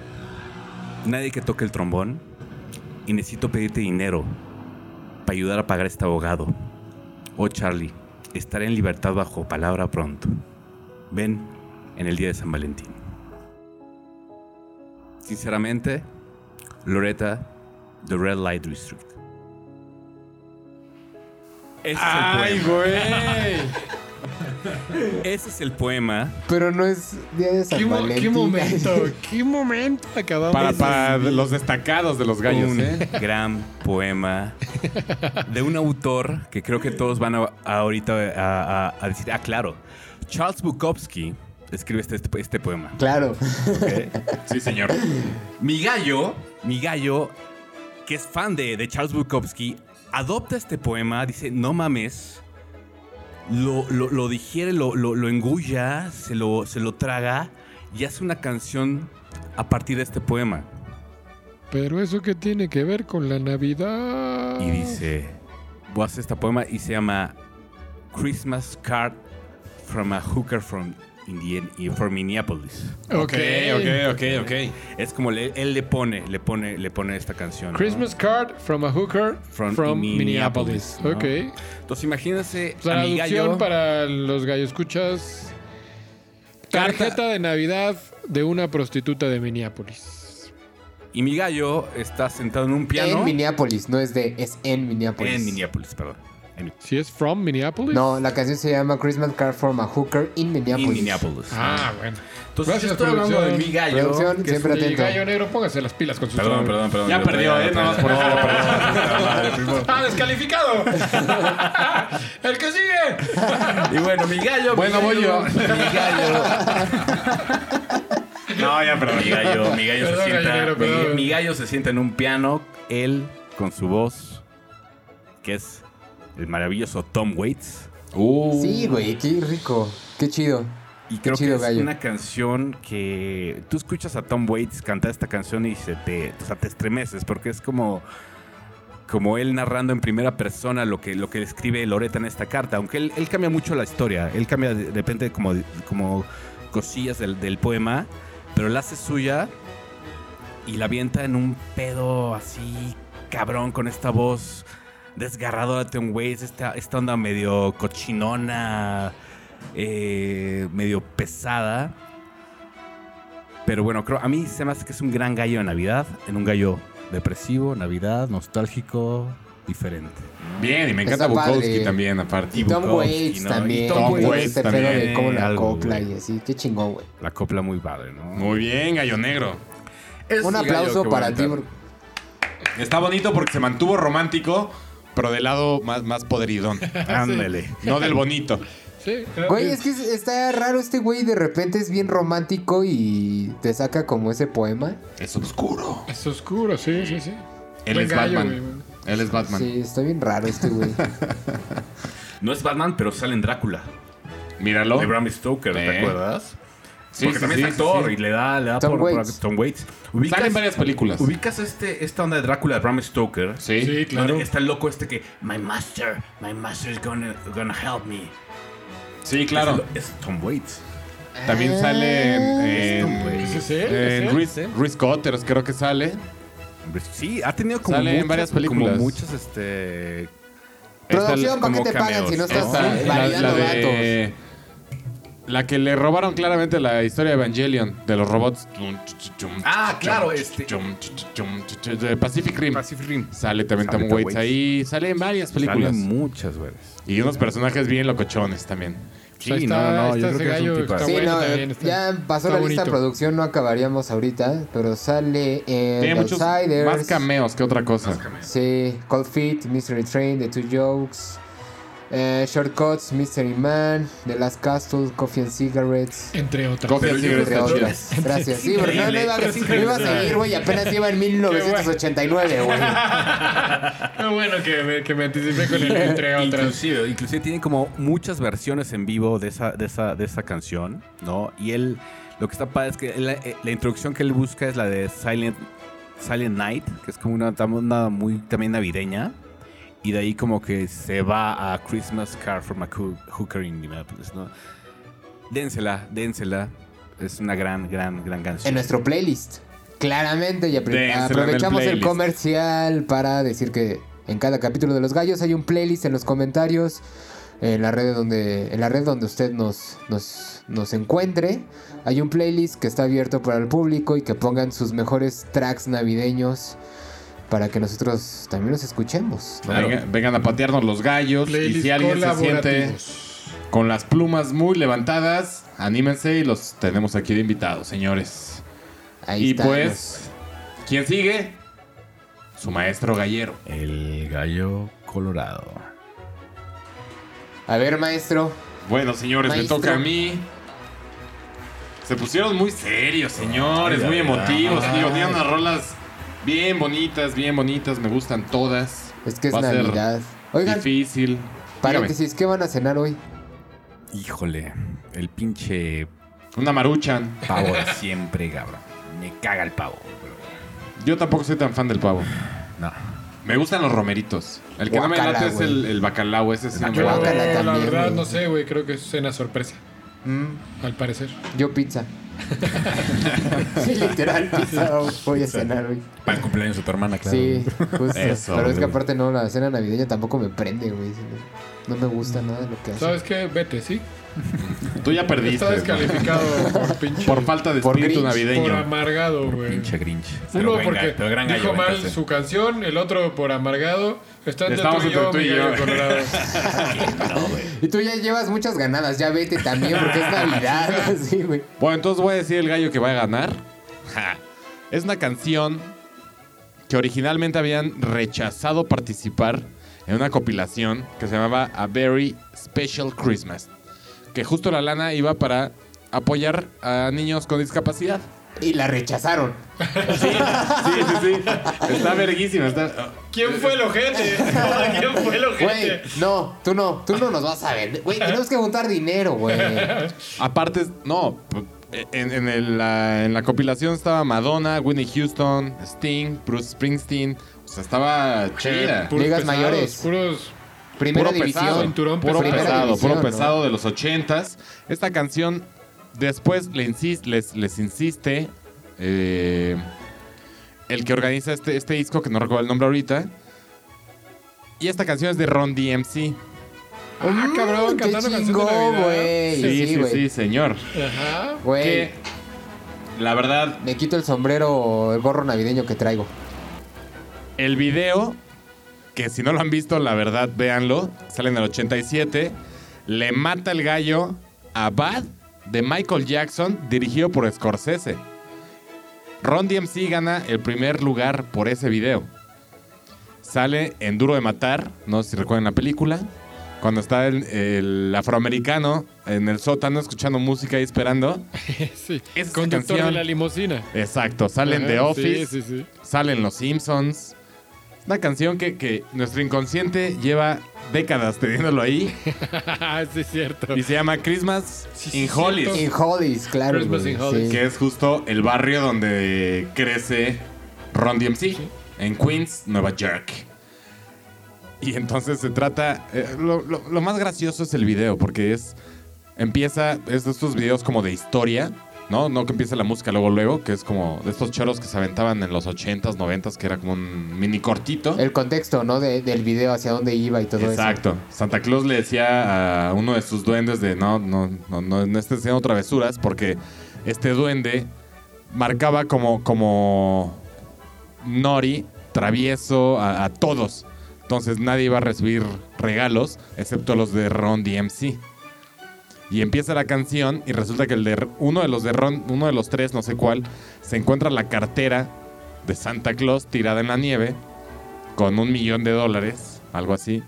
nadie que toque el trombón, y necesito pedirte dinero para ayudar a pagar a este abogado. Oh, Charlie, estaré en libertad bajo palabra pronto. Ven en el día de San Valentín. Sinceramente, Loretta, The Red Light District. Ese es el
¡Ay,
poema.
güey!
*laughs* Ese es el poema
*laughs* Pero no es día de San
¿Qué, mo- qué
Valentín.
momento? ¿Qué momento acabamos?
Para, para los destacados de los gallos,
un
¿eh?
gran poema de un autor que creo que todos van a, a ahorita a, a- a decir, ah, claro, Charles Bukowski escribe este, este poema.
*laughs* Claro.
Sí, señor.
Mi gallo, mi gallo, que es fan de, de Charles Bukowski, adopta este poema, dice, no mames, lo, lo, lo digiere, lo, lo, lo engulla, se lo, se lo traga y hace una canción a partir de este poema.
Pero eso que tiene que ver con la Navidad.
y dice, voy a hacer este poema y se llama Christmas Card from a Hooker from, Indian, from Minneapolis.
Ok, ok.
ok, ok.
Es como le- él le pone, le pone, le pone esta canción. ¿no?
Christmas card from a hooker
From
from, Minneapolis.
Minneapolis, ¿no?
Ok.
Entonces imagínense
O sea,
a mi gallo.
Traducción para los galloescuchas.
Carta-
Tarjeta de Navidad de una prostituta de Minneapolis.
Y mi gallo está sentado en un piano.
En Minneapolis, no es de, es en Minneapolis.
En Minneapolis, perdón. En Minneapolis.
Si es from Minneapolis.
No, la canción se llama Christmas Card from a Hooker in Minneapolis.
En Minneapolis.
Ah, bueno.
Entonces
gracias,
yo estoy hablando de
producción.
mi gallo.
Producción,
que es
siempre
un-
Y
atento.
gallo negro, póngase las pilas con sus
Perdón, perdón, perdón.
Ya
yo
perdió,
traía-
¿eh? Nada más por
traía-
¡Ah, descalificado! ¡El que sigue!
Y bueno, mi gallo.
Bueno,
mi
voy
gallo,
yo.
Mi gallo.
No, ya, pero
Mi gallo, mi gallo se
Perdón,
sienta.
gallinero,
mi-
perdón.
mi gallo se sienta en un piano, él con su voz, que es el maravilloso Tom Waits.
Uh.
Sí, güey, qué rico. Qué chido.
Y creo
chido,
que es
gallo.
una canción que tú escuchas a Tom Waits cantar esta canción y se te, o sea, te estremeces porque es como, como él narrando en primera persona lo que, lo que escribe Loreta en esta carta. Aunque él, él cambia mucho la historia, él cambia de de repente como, como cosillas del, del poema, pero la hace suya y la avienta en un pedo así cabrón con esta voz desgarradora de Tom Waits, esta, esta onda medio cochinona eh, medio pesada. Pero bueno, creo, a mí se me hace que es un gran gallo de Navidad, en un gallo depresivo, Navidad, nostálgico, diferente.
Bien, y me encanta
Está
Bukowski
padre.
también, aparte.
Y Tom
Bukowski,
Waits
¿no?
también.
Y Tom
todo
Waits
ese
también,
pedo de cómo la
algo,
copla
güey.
y así. Qué chingón, güey.
La copla muy padre, ¿no?
*laughs* Muy bien, gallo negro.
Es
Un
el gallo
aplauso
que voy a
para ti,
aventar.
bro.
Está bonito porque se mantuvo romántico, pero del lado más, más podridón.
Ándale.
No del bonito.
Sí.
Güey, es que es- está raro este güey. De repente es bien romántico y te saca como ese poema.
Es oscuro.
Es oscuro, sí, sí, sí.
Él
Buen
es
gallo,
Batman. Él es Batman.
Sí, está bien raro
*laughs*
este güey.
No es Batman, pero sale en Drácula.
Míralo.
De Bram Stoker, ¿te
Eh.
acuerdas?
Sí, sí,
Porque también
sí,
es actor
sí, sí.
y le da, le da
Tom
por, por-
Waits.
Tom Waits.
Sale en varias películas.
ubicas este, esta onda de Drácula de Bram Stoker.
Sí.
Sí, claro.
Donde está el loco este que, my master, my master is gonna, gonna help me.
Sí, claro.
Es, es Tom Waits.
Ah.
También sale en,
Tom
en,
Waits.
¿Ese es él? ¿Ese
en
es él?
Reese- Reese Cotters, creo que sale.
Sí, ha tenido como
Sale en
muchas,
varias películas.
Como muchas, este...
Producción, ¿para qué
como Este,
te pagan si no estás
¿no?
Esta, la,
validando
la
datos?
de- la que le robaron claramente la historia de Evangelion, de los robots.
Ah, claro, este.
De Pacific Rim.
Pacific Rim.
Sale también
Sale
Tom
Tom
Waits
Waits.
ahí. Sale en varias películas.
Salen muchas, güeyes.
Y unos personajes bien locochones también. Pues
sea, está- está ese gallo, está
Sí,
bueno,
no, eh,
también está-
ya pasó
está
la lista de
bonito.
producción, no acabaríamos ahorita, pero sale en
Tiene
The
muchos
Outsiders.
más cameos que otra cosa.
Sí, Cold Feet, Mystery Train, The Two Jokes, eh, Shortcuts, Mystery Man, The Last Castle, Coffee and Cigarettes.
Entre otras.
Coffee
Pero
and
yo creo
Cigarettes
Entre
está chida.
otras. Gracias. Sí, porque no, no iba,
Increíble.
no iba a seguir, güey. Apenas iba en 1989, güey.
Qué bueno que me, que me anticipé
*laughs*
con el entre otras.
Inclusive, inclusive tiene como muchas versiones en vivo de esa, de esa, de esa canción, ¿no? Y él, lo que está padre es que él- eh, la introducción que él busca es la de Silent, Silent Night, que es como una, tam- una muy también navideña. Y de ahí como que se va a Christmas Car from a Coo- Hooker in Minneapolis, ¿no? Dénsela, dénsela. Es una gran, gran, gran canción.
En nuestro playlist. Claramente, y apre-
Dénsela en el
aprovechamos el
playlist.
comercial para decir que en cada capítulo de Los Gallos hay un playlist en los comentarios, en la red donde, en la red donde usted nos, nos, nos encuentre. Hay un playlist que está abierto para el público y que pongan sus mejores tracks navideños para que nosotros también los escuchemos.
Claro.
pues, Venga- vengan a patearnos los gallos. y
Playlist
si alguien se siente
colaborativos.
con las plumas muy levantadas, anímense y los tenemos aquí de invitados, señores.
Ahí
y
está.
pues, ¿quién sigue? Su maestro gallero.
El gallo colorado.
A ver, maestro.
Bueno, señores,
Maestro.
me toca a mí. Se pusieron muy serios, señores,
Ay,
muy
ay,
emotivos.
ay.
Digo, tienen unas rolas bien bonitas, bien bonitas, me gustan todas.
Es que es
Va a ser
Navidad. Oigan,
Difícil. Dígame,
paréntesis, ¿qué van a cenar hoy?
Híjole, el pinche
Una maruchan.
pavo de siempre, cabrón. Me caga el pavo. bro.
Yo tampoco soy tan fan del pavo.
No.
Me gustan los romeritos. El que no me
Guácala,
late es
güey. Ah,
el, el bacalao, ese sí no me
Yo,
late.
Guácala
la
también,
verdad,
güey.
no sé, güey. Creo que es cena sorpresa,
Mm,
al parecer.
yo
*laughs*
pizza. sí, literal, pizza voy a cenar hoy.
Para el cumpleaños de tu hermana, claro.
Sí, justo.
Eso,
Pero es que
güey.
aparte no, la cena navideña tampoco me prende, güey. No me gusta nada lo que hace.
¿Sabes qué? Vete, ¿sí?
Tú ya perdiste.
Está
¿no?
descalificado
*laughs*
por pinche...
Por falta de
Por
espíritu
Grinch,
navideño.
por amargado, güey.
Pinche Grinch.
Uno
buen
porque
gallo, pero gran
dijo
gallo,
mal
entonces.
su canción, el otro por amargado. Está entre
Estamos
tú y yo,
entre tú y
mi
yo.
gallo colorado.
*laughs*
Y tú ya llevas muchas ganadas, ya vete también porque
*laughs*
es Navidad. *laughs* Sí, güey.
Bueno, entonces voy a decir el gallo que va a ganar. Ja. Es una canción que originalmente habían rechazado participar en una compilación que se llamaba A Very Special Christmas. Que justo la lana iba para apoyar a niños con discapacidad.
Y la rechazaron.
Sí, sí, *laughs* sí. Está verguísima. Está...
¿Quién fue el
*laughs*
ojete? *laughs* ¿Quién fue el
Güey,
ojete?
no, tú no, tú no nos vas a ver. Güey, tenemos que juntar dinero, güey.
Aparte, no. En, en el, la, en la compilación estaba Madonna, Winnie Houston, Sting, Bruce Springsteen. O sea, estaba chida.
Puros
Ligas
pesados,
mayores.
Puros...
Primera
puro pesado,
división.
cinturón
puro
pesado.
pesado,
Primera
puro
división,
pesado de los ochentas. Esta canción después le insis- les, les insiste eh, el que organiza este, este disco, que no recuerdo el nombre ahorita. Y esta canción es de Ron DMC.
Ah, cabrón,
Mm, qué
cantando canción de
chingón,
Navidad.
Sí,
güey.
sí, sí,
güey.
señor.
Ajá.
Güey,
Que la verdad,
me quito el sombrero, el gorro navideño que traigo.
El video, que si no lo han visto, la verdad, véanlo. Sale en el 87. Le mata el gallo a Bad de Michael Jackson, dirigido por Scorsese. Ron DMC gana el primer lugar por ese video. Sale en Duro de Matar, no sé si recuerdan la película. Cuando está el, el afroamericano en el sótano escuchando música y esperando.
Sí.
Esa es
Conductor
la canción.
de la limusina.
Exacto, salen de
Ajá,
Office
Eh, Sí, sí, sí. *laughs*
salen los Simpsons. Una canción que, que nuestro inconsciente lleva décadas teniéndolo ahí
Ah, sí, es cierto.
y se llama Christmas
Sí,
in
sí,
Hollis,
cierto.
In Hollies, claro.
Christmas
güey,
in Hollies.
sí.
que es justo el barrio donde crece Ron DMC en Queens, Nueva York. Y entonces se trata, eh, lo, lo- lo más gracioso es el video porque es empieza es de estos videos como de historia, ¿no? No que empiece la música luego luego, que es como de estos choros que se aventaban en los 80s, 90s, que era como un mini cortito.
El contexto, ¿no? De- del video, hacia dónde iba y todo eso.
Exacto. Santa Claus le decía a uno de sus duendes de no, no, no, no, no estés haciendo travesuras porque este duende marcaba como, como Nori, travieso a, a todos. Entonces nadie iba a recibir regalos excepto los de Ron DMC. Y empieza la canción y resulta que el de uno de los de Ron, uno de los tres, no sé cuál, se encuentra la cartera de Santa Claus tirada en la nieve con un millón de dólares, algo así.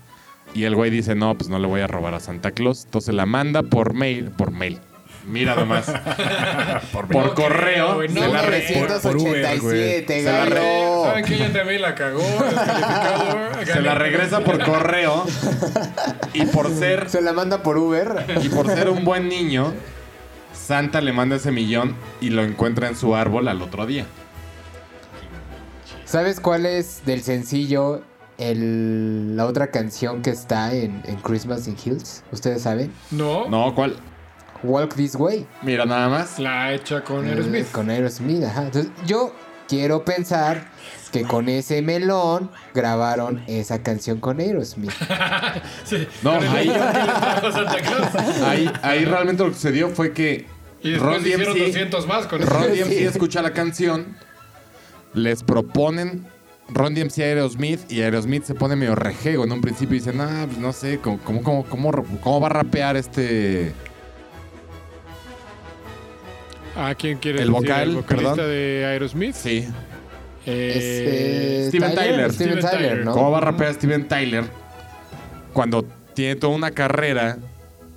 Y el güey dice, no, pues no le voy a robar a Santa Claus. Entonces la manda por mail, por mail. Mira
*laughs*
nomás. por
No creo,
correo.
güey, no
se la re-
mames.
Se
1987,
la
gallo.
re-
¿Saben que Ella también la cagó. ¿eh? descalificado.
se la regresa por correo. Y por ser
Se la manda por Uber.
Y por ser un buen niño, Santa le manda ese millón y lo encuentra en su árbol al otro día.
¿Sabes cuál es del sencillo el, la otra canción que está en, en Christmas in Hills? ¿Ustedes saben?
No,
No, ¿cuál?
Walk This Way.
Mira nada más.
La hecha con
eh,
Aerosmith.
Con Aerosmith, ajá. Entonces, yo Quiero pensar que con ese melón grabaron esa canción con Aerosmith.
Sí,
No,
con el
ahí-
otro que le trajo Santa Claus.
Ahí, ahí realmente lo que sucedió fue que
Y después
Ron
hicieron
DMC,
200 más con
Ron
eso.
DMC escucha la canción, les proponen Ron DMC a Aerosmith y Aerosmith se pone medio rejego en un principio y dicen, ah, pues no sé, ¿cómo, cómo, cómo, cómo, cómo va a rapear este...
¿A quién quieres
El
decir?
vocal,
¿El vocalista
perdón.
de Aerosmith?
Sí,
Eh,
Este,
Steven Tyler.
Steven
Steven
Tyler,
Tyler.
¿no?
¿Cómo va a rapear Steven Tyler cuando tiene toda una carrera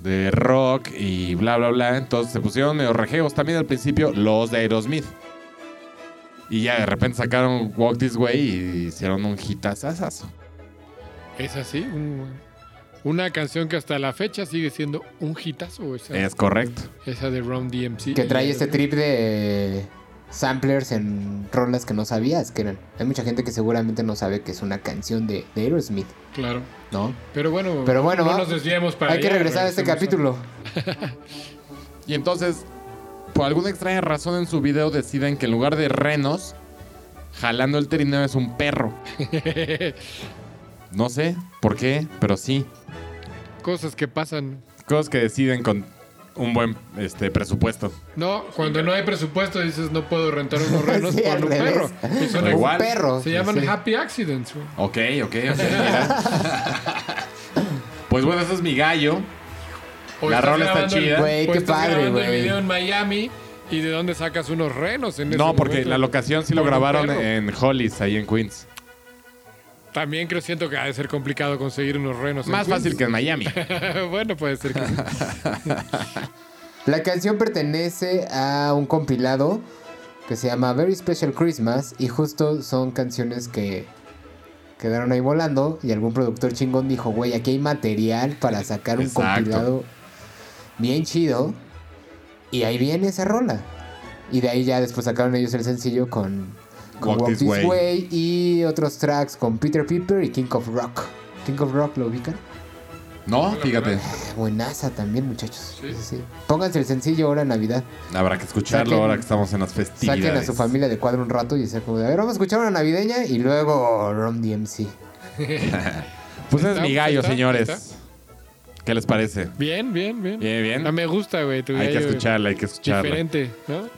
de rock y bla, bla, bla? Entonces se pusieron medio rejeos también al principio los de Aerosmith. Y ya de repente sacaron Walk This Way y hicieron un hitazazazo.
Es así. un- una canción que hasta la fecha sigue siendo un hitazo. Esa,
Es correcto.
esa de Ron DMC.
Que trae este trip de samplers en rolas que no sabías que eran. Hay mucha gente que seguramente no sabe que es una canción de, de Aerosmith,
Claro.
¿no?
Pero bueno,
Pero bueno,
no
va-
nos desviemos para
Hay que
allá,
regresar a este
regresemos
capítulo.
Y entonces, por alguna extraña razón en su video deciden que en lugar de renos, jalando el trineo es un *laughs* perro. No sé por qué, pero sí.
a- Cosas que pasan.
Cosas que deciden con un buen este, presupuesto.
No, cuando no hay presupuesto dices no puedo rentar unos renos
*laughs* Sí,
por
al
un perro.
revés.
Y son-
Da igual.
Un perro.
Se llaman
Sí.
Happy Accidents.
*laughs*
güey.
Ok, ok, ok. *laughs* mira. pues bueno, eso es mi gallo.
O
La
estás
rola está
grabando el-
chida.
Güey,
o
qué
estás
padre,
grabando el
güey.
video en Miami y de dónde sacas unos renos en ese
No, porque
momento?
la locación sí lo
Por un
grabaron
perro.
en Hollis, ahí en Queens.
También creo siento que ha de ser complicado conseguir unos renos. en
Más
Queens.
fácil que en *laughs* Miami.
*laughs* bueno, puede
*laughs*
ser que sí.
La canción pertenece a un compilado que se llama Very Special Christmas y justo son canciones que quedaron ahí volando y algún productor chingón dijo, güey, aquí hay material para sacar un
Exacto.
compilado bien chido y ahí viene esa rola. Y de ahí ya después sacaron ellos el sencillo con, con Walk, This Way. y otros tracks con Peter Piper y King of Rock. King of Rock lo ubican.
No, fíjate.
Eh, Buenaza también, muchachos.
Sí.
Sí, sí. Pónganse el sencillo ahora en Navidad.
Habrá que escucharlo
Saquen-
ahora que estamos en las festividades.
Saquen a su familia de cuadro un rato y sea como de, a ver, vamos a escuchar una navideña y luego Ron DMC.
Pues ese es
Está,
mi gallo,
está,
señores.
está.
¿Qué les parece?
Bien, bien, bien.
Bien,
Ah,
bien.
me gusta, güey. tu
Hay que
gallo
escucharla, hay que escucharla.
Diferente, ¿no?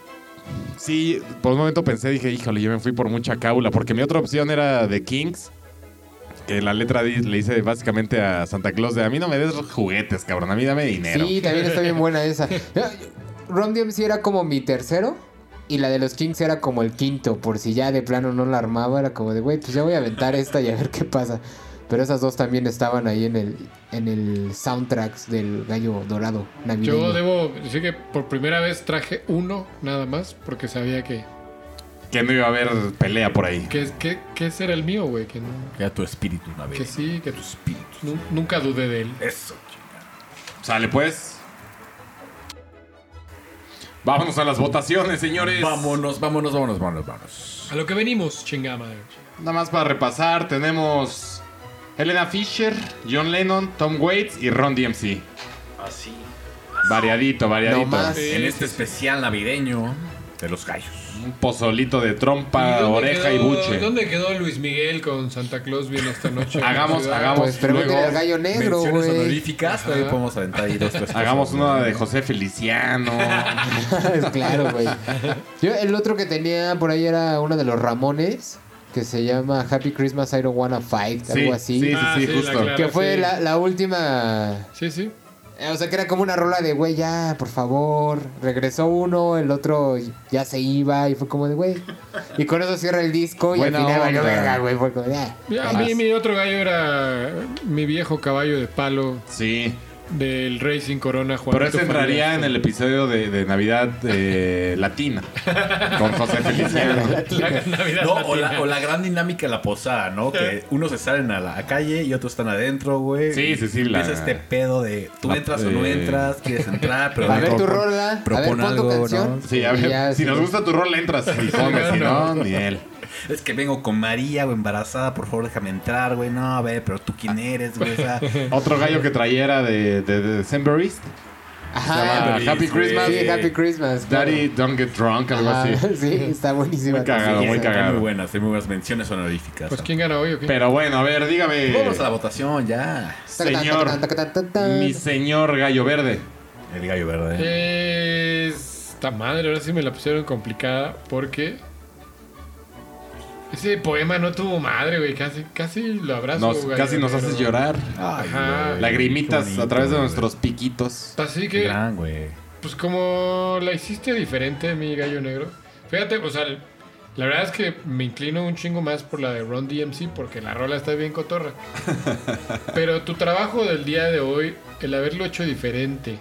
Sí, por un momento pensé, dije, híjole, yo me fui por mucha cábula, porque mi otra opción era The Kings, que la letra di- le hice básicamente a Santa Claus de, a mí no me des juguetes, cabrón, a mí dame dinero.
Sí, también está bien buena esa. Ron DMC era como mi tercero y la de los Kings era como el quinto, por si ya de plano no la armaba, era como de, güey, pues ya voy a aventar esta y a ver qué pasa. Pero esas dos también estaban ahí en el, en el soundtracks del Gallo Dorado navideño.
Yo debo decir que por primera vez traje uno nada más porque sabía que.
Que no iba a haber pelea por ahí.
que, que, que ese era el mío, güey. Que, no-
Queda tu espíritu una
que
vez.
sí, que
Tu espíritu.
nu- nunca dudé de él.
Eso, chingada.
Sale pues. Vámonos a las votaciones, señores.
Vámonos, vámonos, vámonos, vámonos, vámonos.
A lo que venimos, chingama.
Nada más para repasar, tenemos Elena Fisher, John Lennon, Tom Waits y Ron DMC.
Así.
Variadito, variadito.
No más.
En este especial navideño de los gallos.
Un pozolito de trompa, oreja y buche.
¿Dónde quedó Luis Miguel con Santa Claus bien esta noche?
Hagamos-
Ciudad.
hagamos-
Pues pregúntale
luego,
al Gallo Negro,
Menciones
güey.
honoríficas, todavía podemos aventar ahí dos, tres cosas,
Hagamos
¿no?
una de José Feliciano.
*laughs* claro, güey. Yo, el otro que tenía por ahí era uno de los Ramones, que se llama Happy Christmas I Don't Wanna Fight,
Sí,
algo así.
sí, sí,
Ah,
sí,
sí, la
justo.
clara.
Que fue
sí.
la, la última.
Sí, sí.
eh, O sea, que era como una rola de, güey, ya, por favor. Regresó uno, el otro ya se iba, y fue como de, güey. Y con eso cierra el disco, y
Buena
al final valió
onda.
verga, güey. Fue como de, ah.
Ya, a mí mi otro gallo era mi viejo caballo de palo
Sí.
del Racing Corona Juan.
Pero ese entraría en el episodio de, de Navidad eh, Latina. Con José Feliciano.
Navidad
No, o la, o la gran dinámica de la posada, ¿no? Que unos se salen a la calle y otros están adentro, güey.
Sí, sí, sí, la-
Es este pedo de tú
la-
entras o no
eh,
entras, quieres entrar,
*laughs*
pero.
A ver tu
Propon-
rola, a ver
propon
pon tu
algo,
canción.
¿no?
Sí, a
Y ya,
ver. Si
sí.
nos gusta tu rol, entras. Y comes, si no, ni él.
Es que vengo con María, güey, embarazada, por favor déjame entrar, güey. No, a ver, pero tú quién eres, güey. O sea,
Otro gallo que traía era de, de, de Decemberist, Se llama
Ajá.
Feliz,
Happy Christmas.
güey.
Sí, Happy Christmas. claro.
Daddy Don't Get Drunk, algo
Ajá,
así.
*laughs* Sí, está buenísima.
Muy *laughs* cagado,
Sí,
muy
esa.
cagado.
Muy buenas, hay muy buenas menciones honoríficas.
Pues quién gana hoy o qué?
Pero bueno, a ver,
Pues,
dígame.
Vamos a la votación ya.
Señor,
Taca, taca, taca, taca, taca.
mi señor gallo verde.
El gallo verde.
Esta madre, ahora sí me la pusieron complicada porque ese poema no tuvo madre, güey. Casi, casi lo abrazo.
Nos,
güey,
casi nos
pero-
haces llorar.
Ay,
Ajá.
güey,
Lagrimitas
qué bonito,
a través de
güey.
nuestros piquitos.
Así
Qué
que,
gran, güey.
pues como la hiciste diferente, mi gallo negro. Fíjate, o sea, la verdad es que me inclino un chingo más por la de Ron DMC porque la rola está bien cotorra. Pero tu trabajo del día de hoy, el haberlo hecho diferente,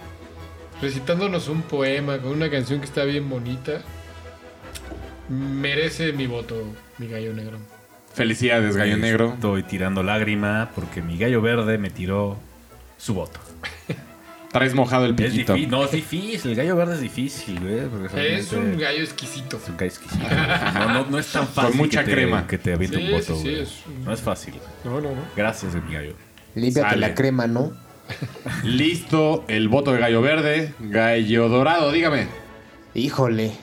recitándonos un poema con una canción que está bien bonita, merece mi voto, mi gallo negro.
Felicidades, gallo negro.
Estoy tirando lágrima porque mi gallo verde me tiró su voto.
Traes mojado el
Es
piquito.
difícil. No, es difícil. El gallo verde es difícil, güey. porque
Es
realmente
un gallo exquisito.
es un gallo exquisito. No, no, no es tan fácil.
mucha
que te-
crema.
Que te aviente
Sí,
un
sí,
voto,
sí,
güey.
es un-
No es fácil.
No, no, no.
Gracias, mi gallo.
Límpiate
Sale.
la crema, ¿no?
Listo, el voto de gallo verde. Gallo dorado, dígame.
Híjole.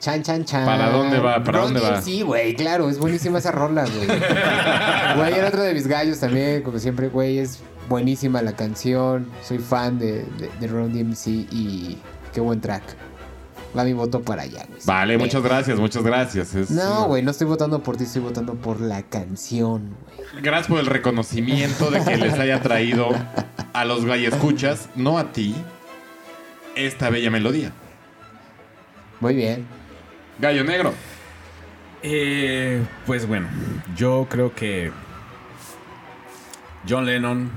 Chan, chan, chan.
¿Para dónde va? ¿Para
Ron
dónde va?
DMC, güey, claro, es buenísima esa
*laughs*
rola, güey. Güey, era otro de mis gallos también, como siempre, güey, es buenísima la canción. Soy fan de, de, de Ron DMC y qué buen track. Va mi voto para allá, güey.
Vale,
Bien.
muchas gracias, muchas gracias. Es-
No, güey, no estoy votando por ti, estoy votando por la canción, güey.
Gracias por el reconocimiento de que les haya
*laughs*
traído a los gallescuchas, no a ti, esta bella melodía.
Muy bien.
Gallo negro.
Eh, pues bueno, yo creo que John Lennon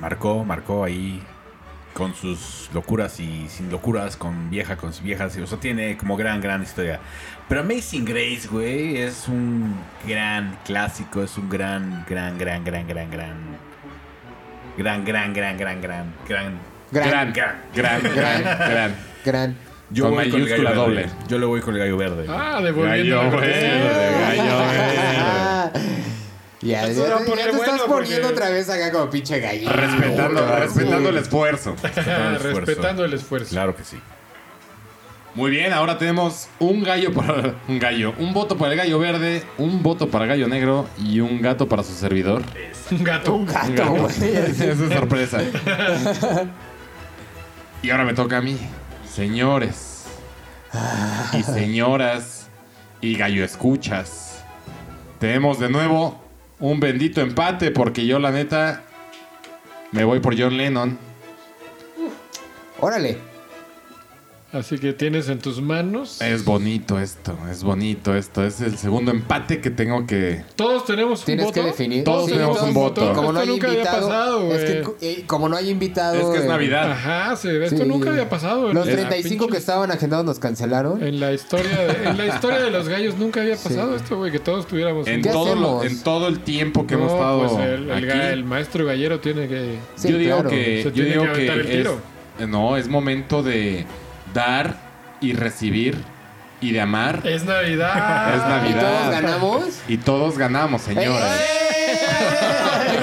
marcó, marcó ahí con sus locuras y sin locuras, con vieja, con sus viejas. y, O sea, tiene como gran, gran historia. Pero Amazing Grace, güey, es un gran clásico, es un gran, gran, gran, gran, gran, gran, gran, gran, gran, gran, gran, gran,
Gran,
Gran,
gran, gran, gran.
*laughs* gran.
Yo
Con
voy con el
mayúscula
gallo
doble.
verde. Yo le voy con el gallo verde.
Ah, devolviendo
Gallo,
la
güey.
cortesía.
gallo verde.
Ya, ya,
Esto se va a
ya
poner
te
bueno
estás
porque-
poniendo otra vez acá como pinche gallina.
Respetando,
güey.
respetando el esfuerzo.
Respetando el esfuerzo.
*laughs* Respetando el esfuerzo.
Claro que sí.
Muy bien, ahora tenemos un gallo para *laughs* un gallo, un voto para el gallo verde, un voto para el gallo negro y un gato para su servidor.
Un gato.
Un gato, güey.
Esa es sorpresa. Y ahora me toca a mí, señores y señoras y gallo escuchas. Tenemos de nuevo un bendito empate porque yo la neta me voy por John Lennon.
Órale.
Así que tienes en tus manos.
Es bonito esto, es bonito esto. Es el segundo empate que tengo que...
Todos tenemos un
Tienes
voto.
que definir.
Todos
Sí,
tenemos un voto.
Como
Esto
no hay
nunca había
invitado.
pasado,
es que
güey.
eh, como no hay invitado.
Es que es
eh,
Navidad.
Ajá, se-
sí.
esto nunca había pasado. en
Los
la
35 que
pinche-
estaban agendados nos cancelaron.
En la historia de, en la historia de los gallos nunca había
Sí.
pasado esto, güey, que todos tuviéramos.
En
¿Qué
todo, lo-
hacemos?
en todo el tiempo que
pues, No,
hemos estado
pues el, el
aquí.
ga- el maestro gallero tiene que.
Sí,
yo digo
claro.
que,
Se
yo
tiene
digo
que aventar el
que
tiro.
es, eh, no, es momento de dar y recibir y de amar.
Es
*laughs*
Navidad.
Es
¿Y
Navidad.
todos ganamos?
Y todos ganamos, señores.
¡Eh!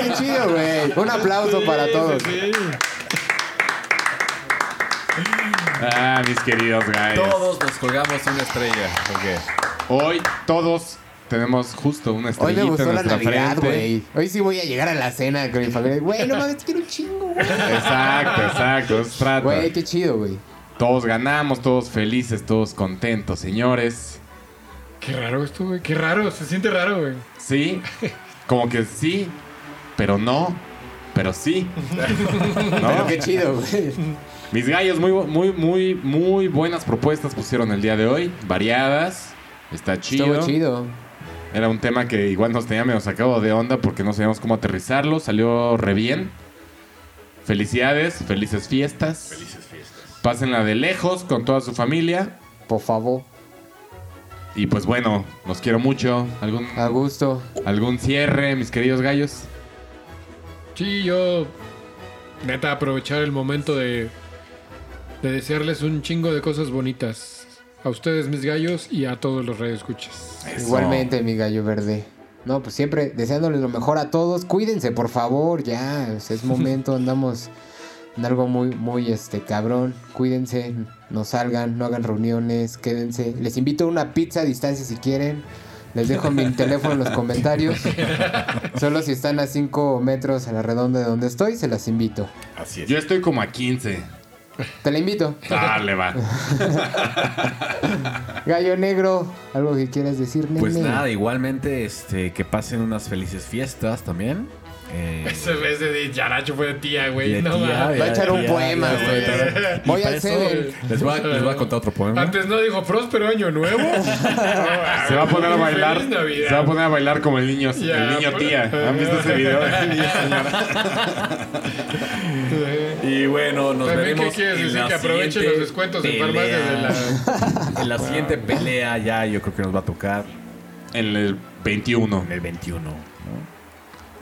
¡Qué chido, güey! Un aplauso para
Sí,
todos.
sí, sí.
Ah, mis queridos guys.
Todos nos colgamos una estrella. Ok.
Hoy todos tenemos justo una
Hoy
estrellita
me gustó
en
la
nuestra
Navidad,
frente.
güey. Hoy sí voy a llegar a la cena con mi familia. Güey, no mames, quiero un chingo, güey.
Exacto, exacto. eso se trata.
Güey, qué chido, güey.
Todos ganamos, todos felices, todos contentos, señores.
Qué raro esto, güey. Qué raro. Se siente raro, güey.
Sí, como que sí, pero no, pero sí. ¿No?
Pero qué chido, güey.
Mis gallos, muy, bu- muy, muy, muy buenas propuestas pusieron el día de hoy. Variadas. Está *laughs* chido.
Estuvo chido.
Era un tema que igual nos tenía medio sacado de onda porque no sabíamos cómo aterrizarlo. Salió re bien. Felicidades, felices fiestas.
Felices fiestas.
Pásenla de lejos con toda su familia.
Por favor,
Y pues bueno, los quiero mucho. ¿Algún,
a gusto.
algún cierre, mis queridos gallos?
Sí, yo neta aprovechar el momento de, de desearles un chingo de cosas bonitas. A ustedes, mis gallos, y a todos los radioescuchas.
Eso.
Igualmente, mi gallo verde. No, pues siempre deseándoles lo mejor a todos. Cuídense, por favor, ya. o sea,
*laughs*
Es momento, andamos en algo muy, muy este cabrón. Cuídense, no salgan, no hagan reuniones, quédense. Les invito a una pizza a distancia si quieren. Les
*laughs*
dejo mi teléfono en los comentarios. Solo si están a 5 metros a la redonda de donde estoy, se las invito.
Así es.
Yo estoy como a 15.
Te la invito.
Dale,
*laughs*
va.
Gallo Negro, algo que quieras decir, nene.
Pues nada, igualmente este, que pasen unas felices fiestas también. Eh,
Ese ese de Yaracho fue de tía,
y
güey.
de
No,
tía,
mames.
de
Va a echar un
tía,
poema,
de
güey.
tía. Y
Voy
para
al
eso
Seven.
Les voy, a, les voy a contar otro poema.
Antes no dijo Frost, pero año
*laughs*
nuevo.
Se va a poner a bailar.
Feliz Navidad.
Se va a poner a bailar como el niño,
Ya,
el niño
pues.
tía. ¿Han visto ese video?
*laughs*
Y bueno, nos
También, ¿qué
veremos
quieres
en
decir?
la
Que aprovechen
siguiente
los descuentos en farmacias
pelea.
de la.
*laughs* En la siguiente pelea ya yo creo que nos va a tocar
En el 21.
en el 21. ¿no?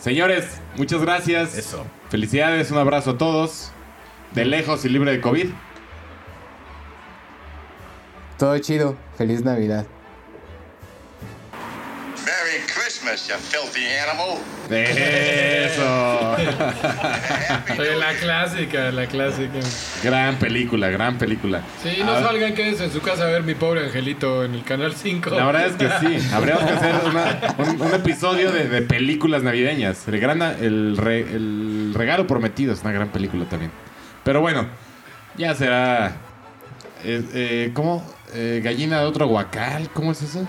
Señores, muchas gracias.
Eso.
Felicidades, un abrazo a todos. De lejos y libre de
*laughs*
COVID.
Todo chido. Feliz Navidad.
Merry Christmas, you filthy animal.
Eso.
*laughs*
Eh, La clásica, la clásica. Sí,
gran película, gran película.
no
Ah,
salgan, quédense en su casa a ver mi pobre angelito en el canal 5.
La verdad es que sí. Habríamos que hacer una- un, un episodio de, de películas navideñas. El, gran, el, re- el regalo prometido es una gran película también. Pero bueno, ya será. eh, eh, ¿Cómo? Eh, ¿Gallina de otro guacal? ¿Cómo es eso?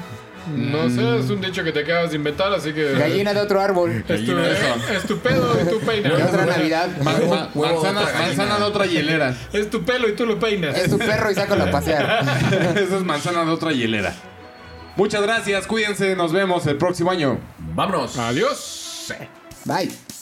No sé, es un dicho que te acabas de inventar, así que.
Mm. Gallina de otro árbol.
Es tu,
Gallina de
eh, es tu pelo y tú
De otra
peinas.
Navidad.
Ma-
Es
ma-
tu-
manzana, manzana de otra hielera. *laughs*
Es tu pelo y tú lo peinas.
Es tu perro y sácalo a pasear.
Eso es manzana de otra hielera. Muchas gracias, cuídense, nos vemos el próximo año.
Vámonos.
Adiós.
Bye.